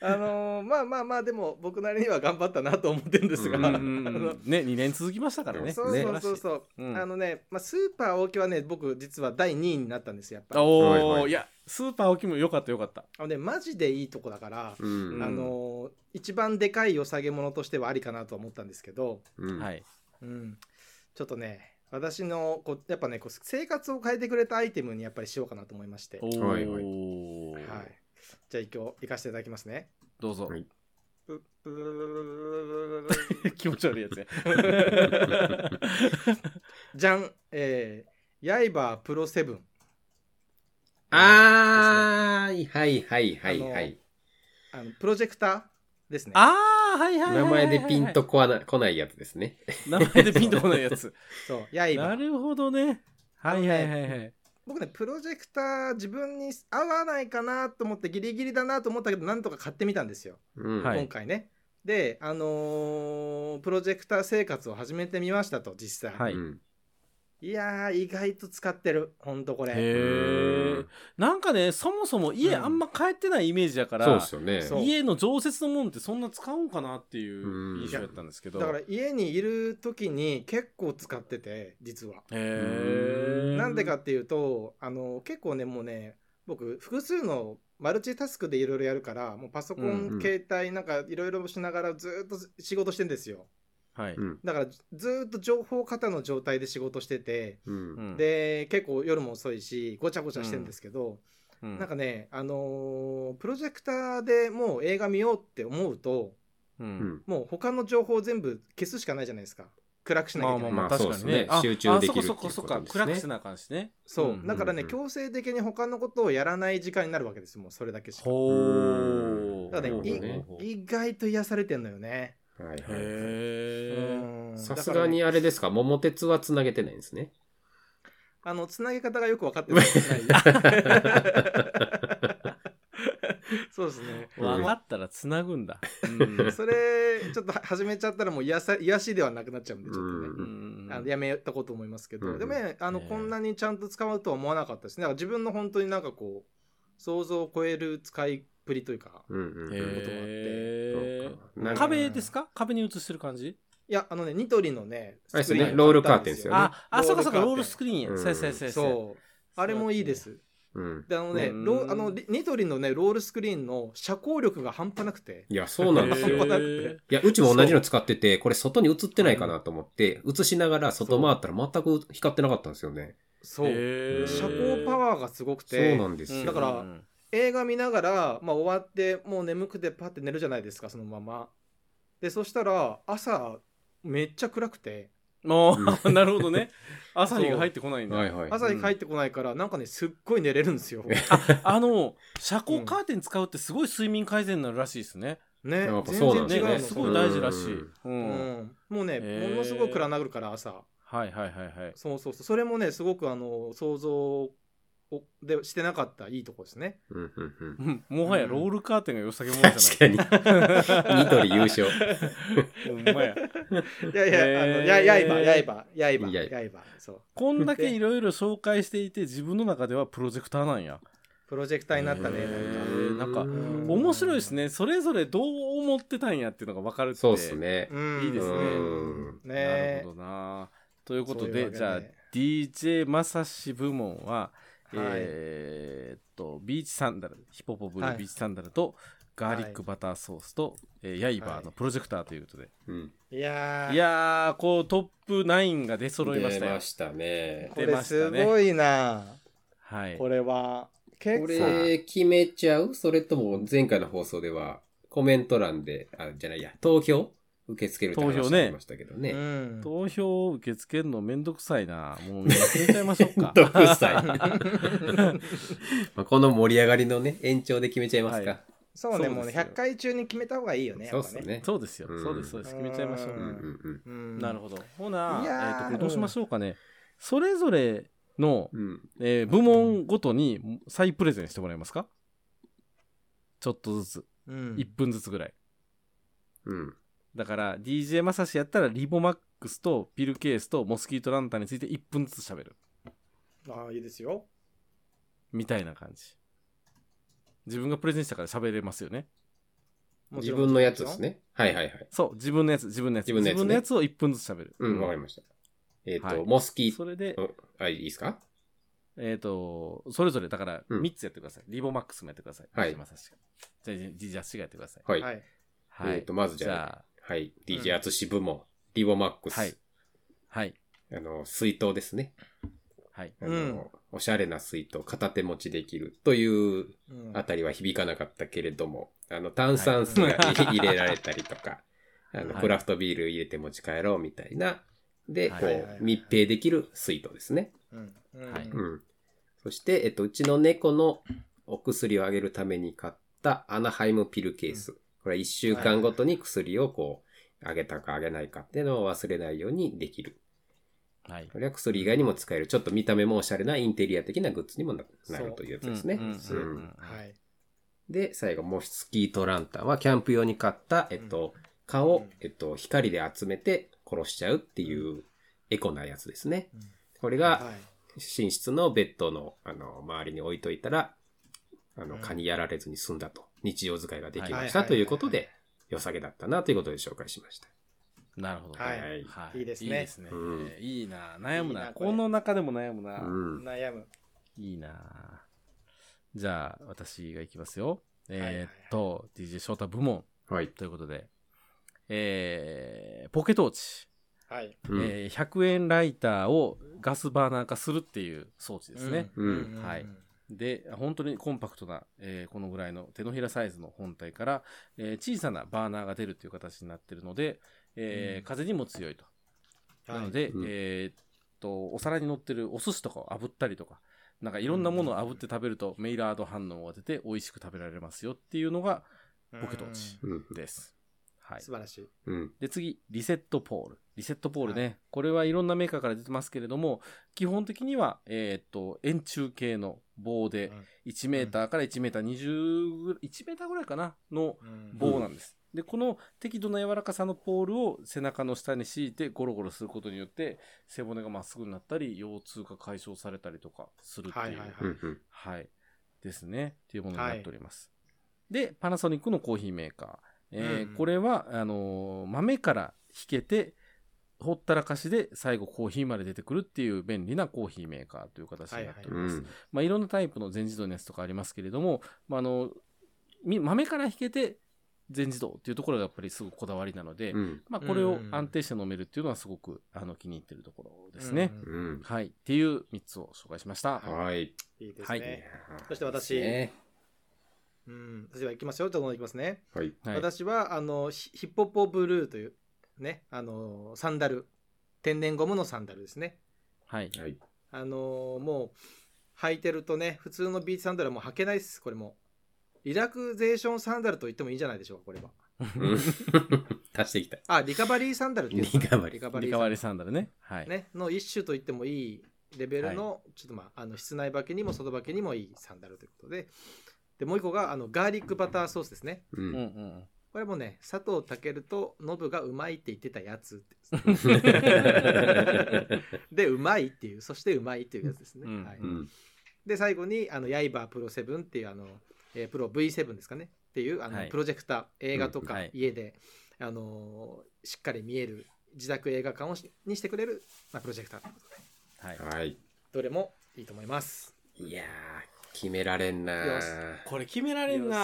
S3: あのーまあまあまあ、でも僕なりには頑張ったなと思ってるんですが、
S2: うん
S3: あ
S2: う
S3: の
S2: んうんね2年続きましたからね
S3: そうそうそうそう、
S2: うん
S3: あのね、まあ、スーパー大木はね、僕実は第2位になったんですよ、やっぱり。
S2: おお、
S4: はい
S2: い
S4: はい
S2: やスーパー青木も良かった良かった
S3: あのね、マジでいいとこだから、
S4: う
S2: うん
S4: ん。
S3: あのー一番でかい良さげものとしてはありかなとは思ったんですけど、
S4: うん
S2: は。い
S3: うん、ちょっとね私のこうやっぱねこう生活を変えてくれたアイテムにやっぱりしようかなと思いまして、
S2: お
S3: はい、
S2: お、
S4: はいはい
S3: じゃあ今日行かせていただきます ね。
S2: どうぞ、
S4: はい
S2: 気持ち悪いやつや
S3: じゃん、えー、刃プロセブン
S4: あー、はいはいはいはい。
S3: あのプロジェクターですね。
S2: ああはいはいはい
S4: 名
S2: はいはい
S4: 前でピンとこわな来ないやつですね。
S2: 名前でピンとこないやつ
S3: そう
S2: な
S3: 刃
S2: るほどねはいはいはいはい
S3: 僕ねプロジェクター自分に合わないかなと思ってギリギリだなと思ったけどなんとか買ってみたんですよ。
S4: うん。
S2: はい
S3: 今回ね。で、あのープロジェクター生活を始めてみましたと、実際。、
S2: はいい、
S4: うん
S3: やー、意外と使ってる、ほんとこれ。
S2: へえなんかねそもそも家
S3: うん
S2: あんま帰ってないイメージやから、
S4: そうですよね。
S3: そう
S2: 家の常設のもんってそんな使うんかなってい
S4: うん
S2: う印象やったんですけど
S3: だから家にいる時に結構使ってて、実は。
S2: へえ
S3: なんでかっていうと、あの結構ね、もうね、僕複数のマルチタスクでいろいろやるからもうパソコン、
S2: うん
S4: うん
S3: 携帯なんかいろいろしながらずっと仕事してんですよ
S2: はい。
S4: うん。
S3: だからずずっと情報過多の状態で仕事してて
S4: うん。
S2: うん、
S3: で結構夜も遅いしごちゃごちゃしてるんですけど、
S2: う
S3: なんか、ねあのープロジェクターでもう映画見ようって思うと
S2: う。
S4: うんん。
S3: もう他の情報を全部消すしかないじゃないですか暗くしなきゃい
S2: まあ
S3: けな
S2: ま
S3: い、
S2: あまあ、
S4: まあ
S2: 確かに
S4: そ
S2: ね。
S4: うですね
S2: あ
S4: 集中できる
S2: あそこそこそ
S4: っていうことですね
S2: こ暗くしなあかんしね。
S3: そう、
S2: うん
S3: だからね、
S4: うん
S3: 強制的に他のことをやらない時間になるわけですもうそれだけしか
S2: ほ
S4: う
S2: ー。
S4: ん
S3: だか
S4: な
S3: ら
S4: るほど
S3: ね
S4: ね
S3: い意外と癒されてんのよね
S4: はいはい。
S2: へ
S3: うん
S4: さすがに
S3: だ
S4: あれですか、桃鉄は繋げてないんです ね。
S3: からねあのつなげ方がよく分かっ てないそうですね
S2: ー。分かったら繋ぐんだ。うん
S3: それちょっとは始めちゃったらもう癒さ癒しではなくなっちゃうんでちょっとね、
S4: うん
S2: うん
S3: あのやめとこうと思いますけど、
S4: うん
S3: でもねあの、
S2: ね
S3: こんなにちゃんと使うとは思わなかったですねだから自分の本当になんかこう想像を超える使いっぷりというか
S4: うんうん
S2: へ
S4: うん。
S2: ー
S4: そうかなんか
S2: 壁ですか壁に映してる感じ
S3: いやあのねニトリのね
S4: あれです
S3: スク
S4: よね
S3: リーン
S4: ロールカーテンですよね
S2: あ、あ、そうかそうか、ロールス
S3: ク
S2: クリーンや。
S4: うん
S2: そうやそうやそうや。
S3: そうあれもいいで。す
S4: うん。
S3: であのね、
S2: うん
S3: ローあのリニトリのねロールスクリーンの遮光力が半端なくて
S4: いや、そうなんです
S3: へー
S4: よ。
S3: 半端なく
S4: いや、うちも同じの使ってて、これ外に映ってないかなと思って、映しながら外回ったら全く光ってなかったんですよね。
S3: そう、
S2: へー
S3: 遮光パワーがすごく
S4: そう
S3: て
S4: なんです
S2: うん
S3: だ
S4: よ。
S3: から映画見ながら、まあ、終わってもう眠くてパッて寝るじゃないですかそのままでそしたら朝めっちゃ暗くて
S2: も う、なるほどね。朝日が入ってこないんだ。
S4: はいはい。
S3: 朝に帰ってこないから、なんかねすっごい寝れるんですよ
S2: あの、遮光カーテン使うってすごい睡眠改善になるらしいですね。
S3: ね
S4: やっぱそうな
S3: 全
S4: ん
S3: 然
S4: で
S3: 違
S2: ね
S3: うの、
S2: ね、すごい大事らしい。う。
S3: うんん、もうね、
S2: へー
S3: ものすごい暗なるから朝
S2: はいはいはいはい。
S3: そうそうそうそれもねすごくあの想像をでしてなかったいいとこですね
S4: うんうんうん
S2: うんもはやロールカーテンが良さげもんじゃない。
S4: 確かに。 ニトリ優勝。
S2: ほんまや。
S3: いやいや、
S2: へー
S3: あのや刃刃刃刃
S4: いやい
S3: 刃刃そう
S2: こんだけいろいろ紹介していて、自分の中ではプロジェクターなんや。
S3: プロジェクターになったね
S2: へ
S3: なんか
S2: ーなんか
S4: うん
S2: 面白いですね。それぞれどう思ってたんやっていうのが分かるって。
S4: そうですね。
S3: うん
S2: いいですね
S4: うん
S3: ね
S2: なる
S3: え
S2: ほどな。ということ
S3: そうい
S2: で、
S3: うわけで
S2: じゃあ DJ まさし部門は、
S3: はい
S2: えーっと、ビーチサンダル、ヒポポブル
S3: はい
S2: ビーチサンダルと、ガーリックバターソースと、えーヤイバーのプロジェクターということで。
S4: うん
S3: いやー
S2: い、やー、こうトップ9が出揃いました
S4: 出
S2: よ
S4: ま。したね。
S3: これすごいな、
S2: はい。
S3: これは結
S4: こ
S3: 構
S4: れ決めちゃうそれとも前回の放送ではコメント欄で、あ、じゃないや、投票受け付けるって
S2: 投票
S4: 話
S2: ね
S4: がありましたけどね。
S3: うん
S2: 投票を受け付けるのめんどくさいな。 もう忘れちゃいましょう か。
S4: 独裁。まあこの盛り上がりのね、延長で決めちゃいますか。
S3: そう
S2: そう
S3: ね
S2: ですよ
S3: もうね100回中に決めた方がいいよね
S4: そう
S3: や
S4: っ
S3: っ
S4: す
S3: ぱ
S4: ね
S3: ね
S2: そうですよ。
S4: うん
S2: そうです。そうです。決めちゃいましょう
S4: う
S3: うんん。
S4: うん
S3: うん
S2: なるほど。ほな、
S3: い
S2: え
S3: やー
S2: ーとこれどうしましょうかね。それぞれの、
S4: うん。うん
S2: えー部門ごとに再プレゼンしてもらえますかちょっとずつ。
S3: うん
S2: 1分ずつぐらい。
S4: うん。
S2: だから、DJ まさしやったらリボマックスとピルケースとモスキートランタンについて1分ずつ喋る。
S3: ああいいですよ
S2: みたいな感じ。自分がプレゼンしたから喋れますよね。
S3: もち
S4: 自
S3: ろん
S4: 分のやつですね。はいはいはい。
S2: そう、自分のやつ、自分のやつ。
S4: 自分のやつね
S2: を1分ずつ喋る。
S4: うん、わかりました。えっ、と、
S2: はい
S4: モスキー
S2: それで、
S4: うんあ、いいですか
S2: えっ、と、それぞれ、だから、
S4: うん
S2: 3つやってください。リボマックスもやってください。
S4: はい
S2: 藤島さしがじゃあ、じじゃあ、しがやってください。
S4: はい。
S3: はい
S2: はい。
S4: えっとまずじゃあはい。
S3: う
S4: DJ
S3: ん
S4: アツシ部門、リボマックス。
S2: はいはい。
S4: あの、水筒ですね。
S2: はい。
S4: あの、
S3: うん
S4: おしゃれな水筒、片手持ちできるという
S3: うん
S4: あたりは響かなかったけれども、あの、炭酸水が
S2: はい
S4: 入れられたりと か、あの、
S2: はい
S4: クラフトビール入れて持ち帰ろうみたいな、で、
S2: はい
S4: こ、
S3: はいはいはいう
S4: 密閉できる水筒ですね。
S3: うんうん
S2: はい
S4: うん。そして、えっと、うちの猫のお薬をあげるために買ったアナハイムピルケース。これは1週間ごとに薬をこう、あげたかあげないかっていうのを忘れないようにできる。
S2: はい。
S4: これは薬以外にも使える、ちょっと見た目もおしゃれなインテリア的なグッズにもなな
S3: そ
S4: る
S3: う
S4: というやつですね。
S2: うんうんうん
S3: はい
S4: で、最後、モスキートランタンはキャンプ用に買った、えっと、蚊
S3: う
S4: を
S3: ん、
S4: えっと、光で集めて殺しちゃうっていうエコなやつですね
S3: うん。
S4: これ
S3: は
S4: が
S3: い
S4: 寝室のベッドの、あの、周りに置いといたら、あの、
S3: うん
S4: 蚊にやられずに済んだと。日常使いができまし
S3: は
S4: た
S3: い
S4: ということ
S3: はい
S4: で、良さげだったなということで紹介しました。
S2: なるほど。
S3: はいいいですね
S2: いいですね。
S4: うん
S2: えーいいな。悩む
S3: いい
S2: な。
S3: なこれ
S2: この中でも悩むな
S4: う。ん。
S3: 悩む
S2: いいな。じゃあ、私がいきますよ。
S3: いはいはい
S2: えーっと、DJ 翔太部門
S4: はい。
S2: ということで、えーポケトーチ。
S3: はい。
S4: うん
S2: えー100円ライターをガスバーナー化するっていう装置ですね。
S4: うん
S2: はい
S3: うん
S2: で、本当にコンパクトな、えーこのぐらいの手のひらサイズの本体から、えー小さなバーナーが出るという形になっているので、えー
S3: うん
S2: 風にも強いと。なの
S3: はい
S2: で、
S4: うん
S2: えーっと、お皿に乗ってるお寿司とかを炙ったりとか、なんかいろんなものを炙って食べるとメイラード反応が出て美味しく食べられますよっていうのがポケトーチ
S4: うん。
S2: です。はい。
S3: 素晴らしい。
S4: うん。
S2: で、次、リセットポール。リセットポールね。これはいろんなメーカーから出てますけれども、基本的には、えーっと、円柱形の棒で、1メーターから1メーター20ぐらい、1メーターぐらいかなの
S3: うん
S2: 棒なんです。で、この適度な柔らかさのポールを背中の下に敷いてゴロゴロすることによって、背骨がまっすぐになったり、腰痛が解消されたりとかするっていう。
S3: は
S2: はいい
S3: はいはい
S4: うん。うん
S2: ですね。っていうものになっております。で、パナソニックのコーヒーメーカー。えー
S3: うんうん
S2: これは、あのー豆から引けて、ほったらかしで最後コーヒーまで出てくるっていう便利なコーヒーメーカーという形になっております。
S4: うん。うん
S2: まあ、いろんなタイプの全自動のやつとかありますけれども、まあ、あのみ豆から引けて全自動っていうところがやっぱりすごくこだわりなので、
S4: うん。
S2: まあ、これを
S3: うん
S2: 安定して飲めるっていうのはすごくあの気に入ってるところですね。
S3: うん
S4: うん。
S2: はい。っていう3つを紹介しました。
S4: はい。
S3: いいです
S2: はい
S3: ね。そして私
S4: ね
S3: うん。それでは行きますよ。どんどん行きますね。
S4: はい。
S2: はい、
S3: 私は、あの、ヒヒッポポブルーという、ね、あの、サンダル。天然ゴムのサンダルですね。
S2: はい。
S4: はい。
S3: あの、もう、履いてるとね、普通のビーチサンダルはもう履けないです。これも。リラクゼーションサンダルと言ってもいいんじゃないでしょうか、これは。
S4: うん 足してきた。
S3: あ、リカバリーサンダルっていうのかな
S4: リカバリー
S2: リ
S3: リ
S2: カバ
S3: カバ
S2: リー
S3: リー
S2: サ
S3: サン
S2: ンダルね。はい。
S3: ダルね、の一種と言ってもいいレベルの、ちょっとまあ、あの、室内履きにも外履きにもいいサンダルということで。で、もう一個が、あの、ガーリックバターソースですね。
S4: う。
S2: うんうんん。
S3: これもね、佐藤健とノブがうまいって言ってたやつで、うまいっていう、そしてうまいっていうやつですね。
S2: うん
S3: はい
S4: うん。
S3: で、最後に、あの、ヤイバープロ7っていう、あの、えープロ V7 ですかねっていう、あの、
S2: はい
S3: プロジェクター、映画と
S2: うん
S3: か
S2: はい
S3: 家で、あのーしっかり見える、自宅映画館をしにしてくれる、まあ、プロジェクター。
S2: はい。
S4: はい。
S3: どれもいいと思います。
S4: いやー、決められんな
S3: よし
S2: これ決められん
S3: 良
S2: な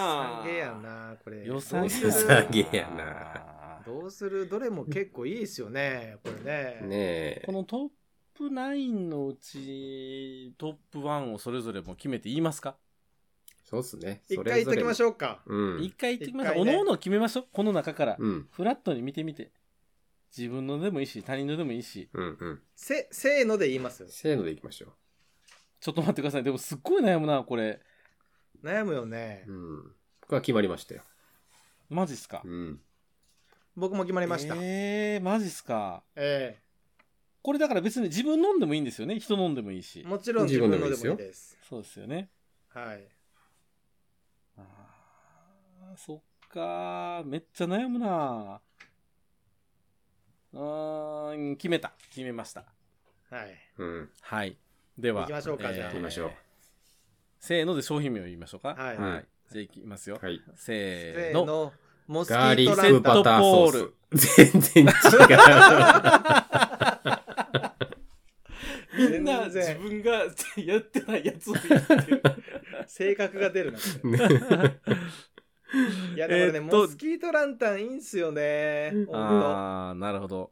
S3: さげや。な、これ。
S2: 予算
S4: 良さげやな
S3: どうするどれも結構いいですよね、これね。
S4: ねえ
S2: こ。のトップ9のうち、トップ1をそれぞれもう決めて言いますか
S4: そうっすね。
S3: 一回言っときまし
S4: ょ
S3: ょうか。
S4: う。うん
S2: 一。回言ってきます。
S3: 一回
S2: お
S3: ね
S2: のおの決めましょう。この中から。
S4: うん。
S2: フラットに見てみて。自分のでもいいし、他人のでもいいし。
S4: うんうん。
S3: せ、せーので言いますよ。
S4: せーのでいきましょ
S2: ちょっと待ってください。でもすっごい悩むな、これ。
S3: 悩むよね。
S4: う。うん。僕は決まりましたよ。
S2: マジっすか
S4: う。ん。
S3: 僕も決まりました。え
S2: えー、マジっすか。
S3: え
S2: これだから別に自分飲んでもいいんですよね。人飲んでもいいし。
S3: もちろん自分のでもいいです。
S2: そうですよね。
S3: はい。
S2: あーそっかー。めっちゃ悩むなうーん、決めた。決めました。
S3: はい。
S4: うん。
S2: はい。では。
S3: 行きましょうかじゃあ
S2: えー
S4: 行きましょう
S2: せーので商品名を言いましょうか。
S3: はい
S4: うん
S2: じゃあいきますよ。
S4: はい。
S2: せー
S3: せー
S2: の。
S3: の。モスキ
S4: ガーリ
S3: ー
S4: ッ
S3: ト
S2: セ
S3: ラ
S4: ク
S3: ン
S4: バ
S3: タン。
S4: ターソース。全然違 う。
S2: みんな
S3: 全然
S2: 自分がやってないやつを言ってる。
S3: 性格が出るな。これいや、でもね、
S2: えーっと
S3: モスキートランタンいいんすよね。本
S2: あー、なるほど。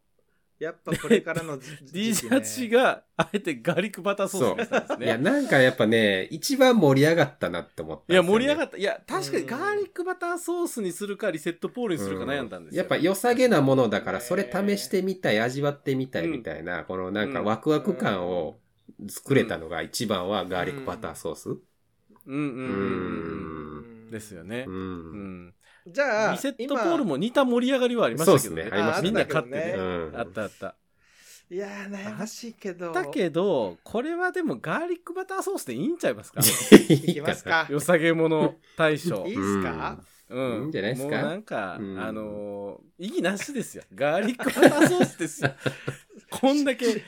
S3: 当やっぱこれからの
S2: D シ
S3: 時
S2: ャチがあえてガーリックバターソースにしたんです
S4: い
S2: ね。いや
S4: や、、なんかやっぱね、一番盛り上がったなって思ったんですよね。
S2: 盛り上が
S4: っ
S2: った。いや、確かにガーリックバターソースにするかリセットポールにするか悩んだんですよ。
S4: やっぱ良さげなものだから、それ試してみたい、味わってみたいみたいな、このなんかワクワク感を作れたのが一番はガーリックバターソース。
S2: うんうんうんうん
S4: う
S2: うん。ですよ。ね
S4: う。。
S2: うんん。
S3: じゃあ、
S2: リセットポール
S3: も。
S2: も似た盛り上がりはありましたけど
S4: そう
S2: ね
S4: っ。すねありましたね
S2: みんな勝って
S3: う
S2: ね。
S4: ん
S2: あったあった。
S3: いやー、悩ましいけど。
S2: だけど、これはでもガーリックバターソースでいいんちゃいますか
S3: いきます。か。
S2: 良さげもの大賞
S3: い。いっすか
S2: うん。
S4: いいんじゃないですか
S2: もうなんか、
S4: うん
S2: あのー、意義なしです よ。ガーリックバターソースですよ。 こんだけ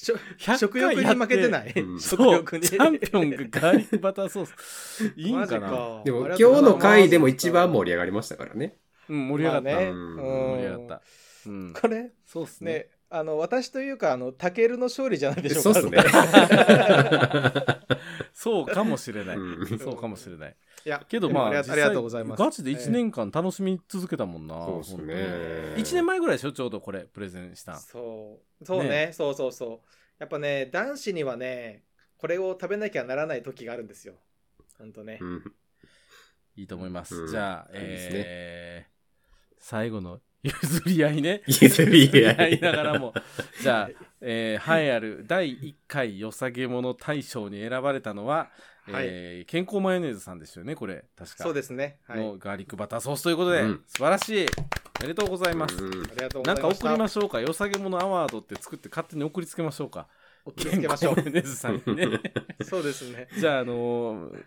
S3: しょ
S2: 100
S3: 食
S2: 回やっ
S3: 欲
S2: て
S3: に負けてない
S4: うん。
S2: そ
S3: 食
S2: う、チ
S3: 欲に。
S2: ャンピオンがガーリックバターソー ス。いいん
S3: マジ
S2: かな
S4: でも今日の回でも一番盛
S3: り
S4: り上がりましたから ね。
S2: うん、盛り上がった。
S4: ね
S2: 盛り上がった。うん。
S3: これ
S2: そうっすね。
S3: ね、あの私というかあのタケルの勝利じゃないでしょう
S4: そう
S3: か。
S4: っすね。
S2: そうかもしれない。
S4: うん
S2: そうかもしれない。
S3: いや、
S2: けどまあ、
S3: でもあり
S2: 実
S3: が
S2: 際
S3: ありがとうございます。
S2: ガチで1年間楽しみ続けたもんな。
S4: そうですね。
S2: 1年前ぐらいでしょ、ちょうどこれ、プレゼンしたん。
S3: そう。そうねそうそうそう。やっぱね、男子にはね、これを食べなきゃならない時があるんですよ。ほんとね。
S4: うん。
S2: いいと思います。
S4: うん
S2: じゃあ、
S4: いいですね
S2: えー最後の譲り合いね。
S4: 譲り合い
S2: 譲ながらも。じゃあ、えー、栄えある第1回よさげもの大賞に選ばれたのは、
S3: はい。
S2: えー健康マヨネーズさんですよね、これ、確か。
S3: そうですね。はい。
S2: のガーリックバターソースということで、
S4: うん
S2: 素晴らしい。おめでとうございます。
S4: うん
S3: ありがとうござ
S2: ないん
S3: ました。
S2: か送りましょうか。よさげものアワードって作って勝手に送りつけましょうか。
S3: 送りつけましょ
S2: 健康マヨネーズさんにね。
S3: う。そうですね。
S2: じゃあ、あのー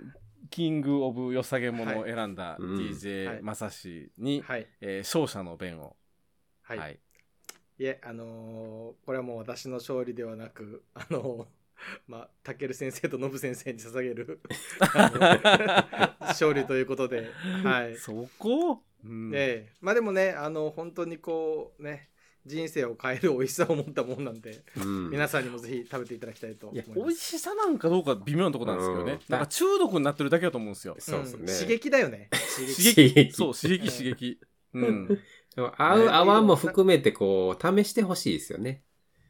S2: キング・オブ・よさげものを選ん
S4: は
S2: だ
S4: いうん
S2: DJ まさしに、
S3: はい。
S2: えー勝者の弁を、
S3: はい。
S2: はい
S3: い、え、あのーこれはもう私の勝利ではなく、あのーまあ、たける先生とノブ先生に捧げるあの勝利というこ とで、はい。
S2: そこ、うん
S3: ええまあでもね、あの、本当にこう、ね、人生を変える美味しさを持ったもんなんで、
S4: うん
S3: 皆さんにもぜひ食べていただきたいと
S2: い
S3: 思い
S2: や
S3: ます。
S2: 美味しさなんかどうか微妙なとこなんですけどね、
S4: うん
S2: なんか中毒になってるだけだと思うんですよ
S4: そうです
S3: ん
S4: ね。
S3: 刺激だよね。刺激。
S2: 刺
S4: 刺激
S2: そう刺激
S3: うん
S2: 刺激うん
S4: でも合う、合わんも含めて、こう、試してほしいですよね。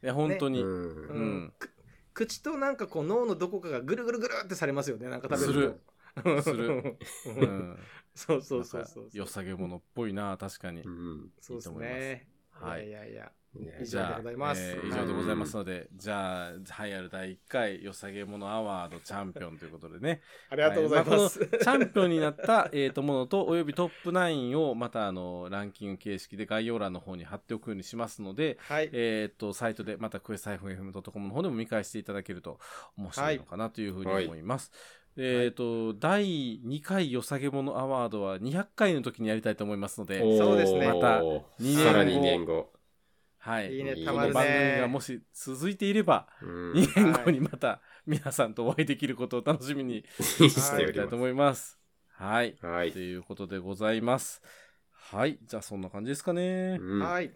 S2: いや本当
S4: う。
S2: に、
S3: うんん
S2: うん
S3: く口となんかこう脳のどこかがぐるぐるぐるってされますよね。なんか食べると。
S2: する
S3: うん
S2: うん、
S3: そう そうそうそ
S2: なん
S3: う
S2: か。良さげものっぽいな確かに、
S4: うん。
S3: そうです
S2: いいと思い
S3: ね。
S2: はい
S3: いやいやいや。
S4: ね
S3: 以
S2: じ
S3: 上
S2: ゃあ
S3: でございます
S2: えー
S4: はい
S2: 以上でございますので、じゃあ、栄えある第1回、よさげものアワードチャンピオンということでね、
S3: ありがとうございます。
S2: はチャンピオンになった、えーとものと、およびトップ9を、また、あの、ランキング形式で概要欄の方に貼っておくようにしますので、
S3: はい。
S2: えっ、と、サイトで、また、クエス -fm.com の方でも見返していただけると面白いのかなというふうに思います。えっ、と、第2回よさげものアワードは200回の時にやりたいと思いますので、
S3: そうですね
S4: また、
S2: ま二年後
S4: さらに2年後。
S2: はい。
S3: いいね
S2: こ、
S4: た
S2: の
S4: まるね
S2: 番組がもし続いていれば、
S4: うん
S2: 2年後にまた皆さんとお会いできることを楽しみにし
S4: してて
S2: お
S4: お
S2: きたい
S4: りま
S2: と思います。はい。
S4: す。はい
S2: と。いうことでございます。はい。じゃあそんな感じですかね。
S4: うん
S3: はい。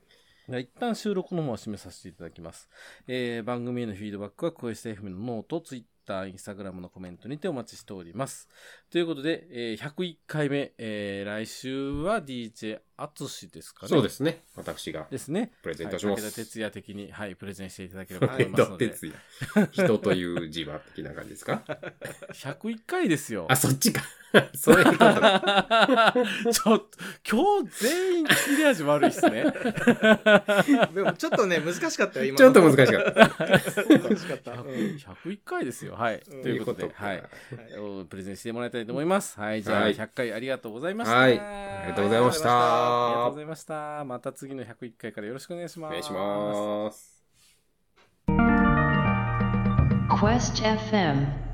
S2: じゃあ一旦収録の方は締めさせていただきます。えー番組へのフィードバックは、クエスト FM のノート、ツイッター、インスタグラムのコメントにてお待ちしております。ということで、えー101回目、えー来週は DJ アツシですかね。
S4: そうですね。私が
S2: ですね。
S4: プレゼントしま
S2: はい、武田
S4: す。
S2: 哲也的に、はい、プレゼンしていただければと思い
S4: 武
S2: ます
S4: 田
S2: ので。
S4: 鉄也。人という字は的な感じですか
S2: 101回ですよ
S4: あ、。そっちか。 そういうこと
S2: ち
S4: だ
S2: ょっと、今日全員切れ味悪いっすね。
S3: でもちょっとね、難しかったよ、今。
S4: ちょっと難しかった。
S3: った。 難しかった。うん
S2: 101回ですよ。はい。と
S3: うん
S2: いうことで、
S4: か
S2: はい。おプレゼンしてもらいたいと思います。はい。じゃあ、
S4: はい
S2: 100回ありがとうございました。
S4: はいありがとうございまし
S2: ありがと
S4: た
S2: うご。ざいました。また次の101回からよろしくお願いし
S4: お
S2: ます。
S4: 願いします。
S1: Quest FM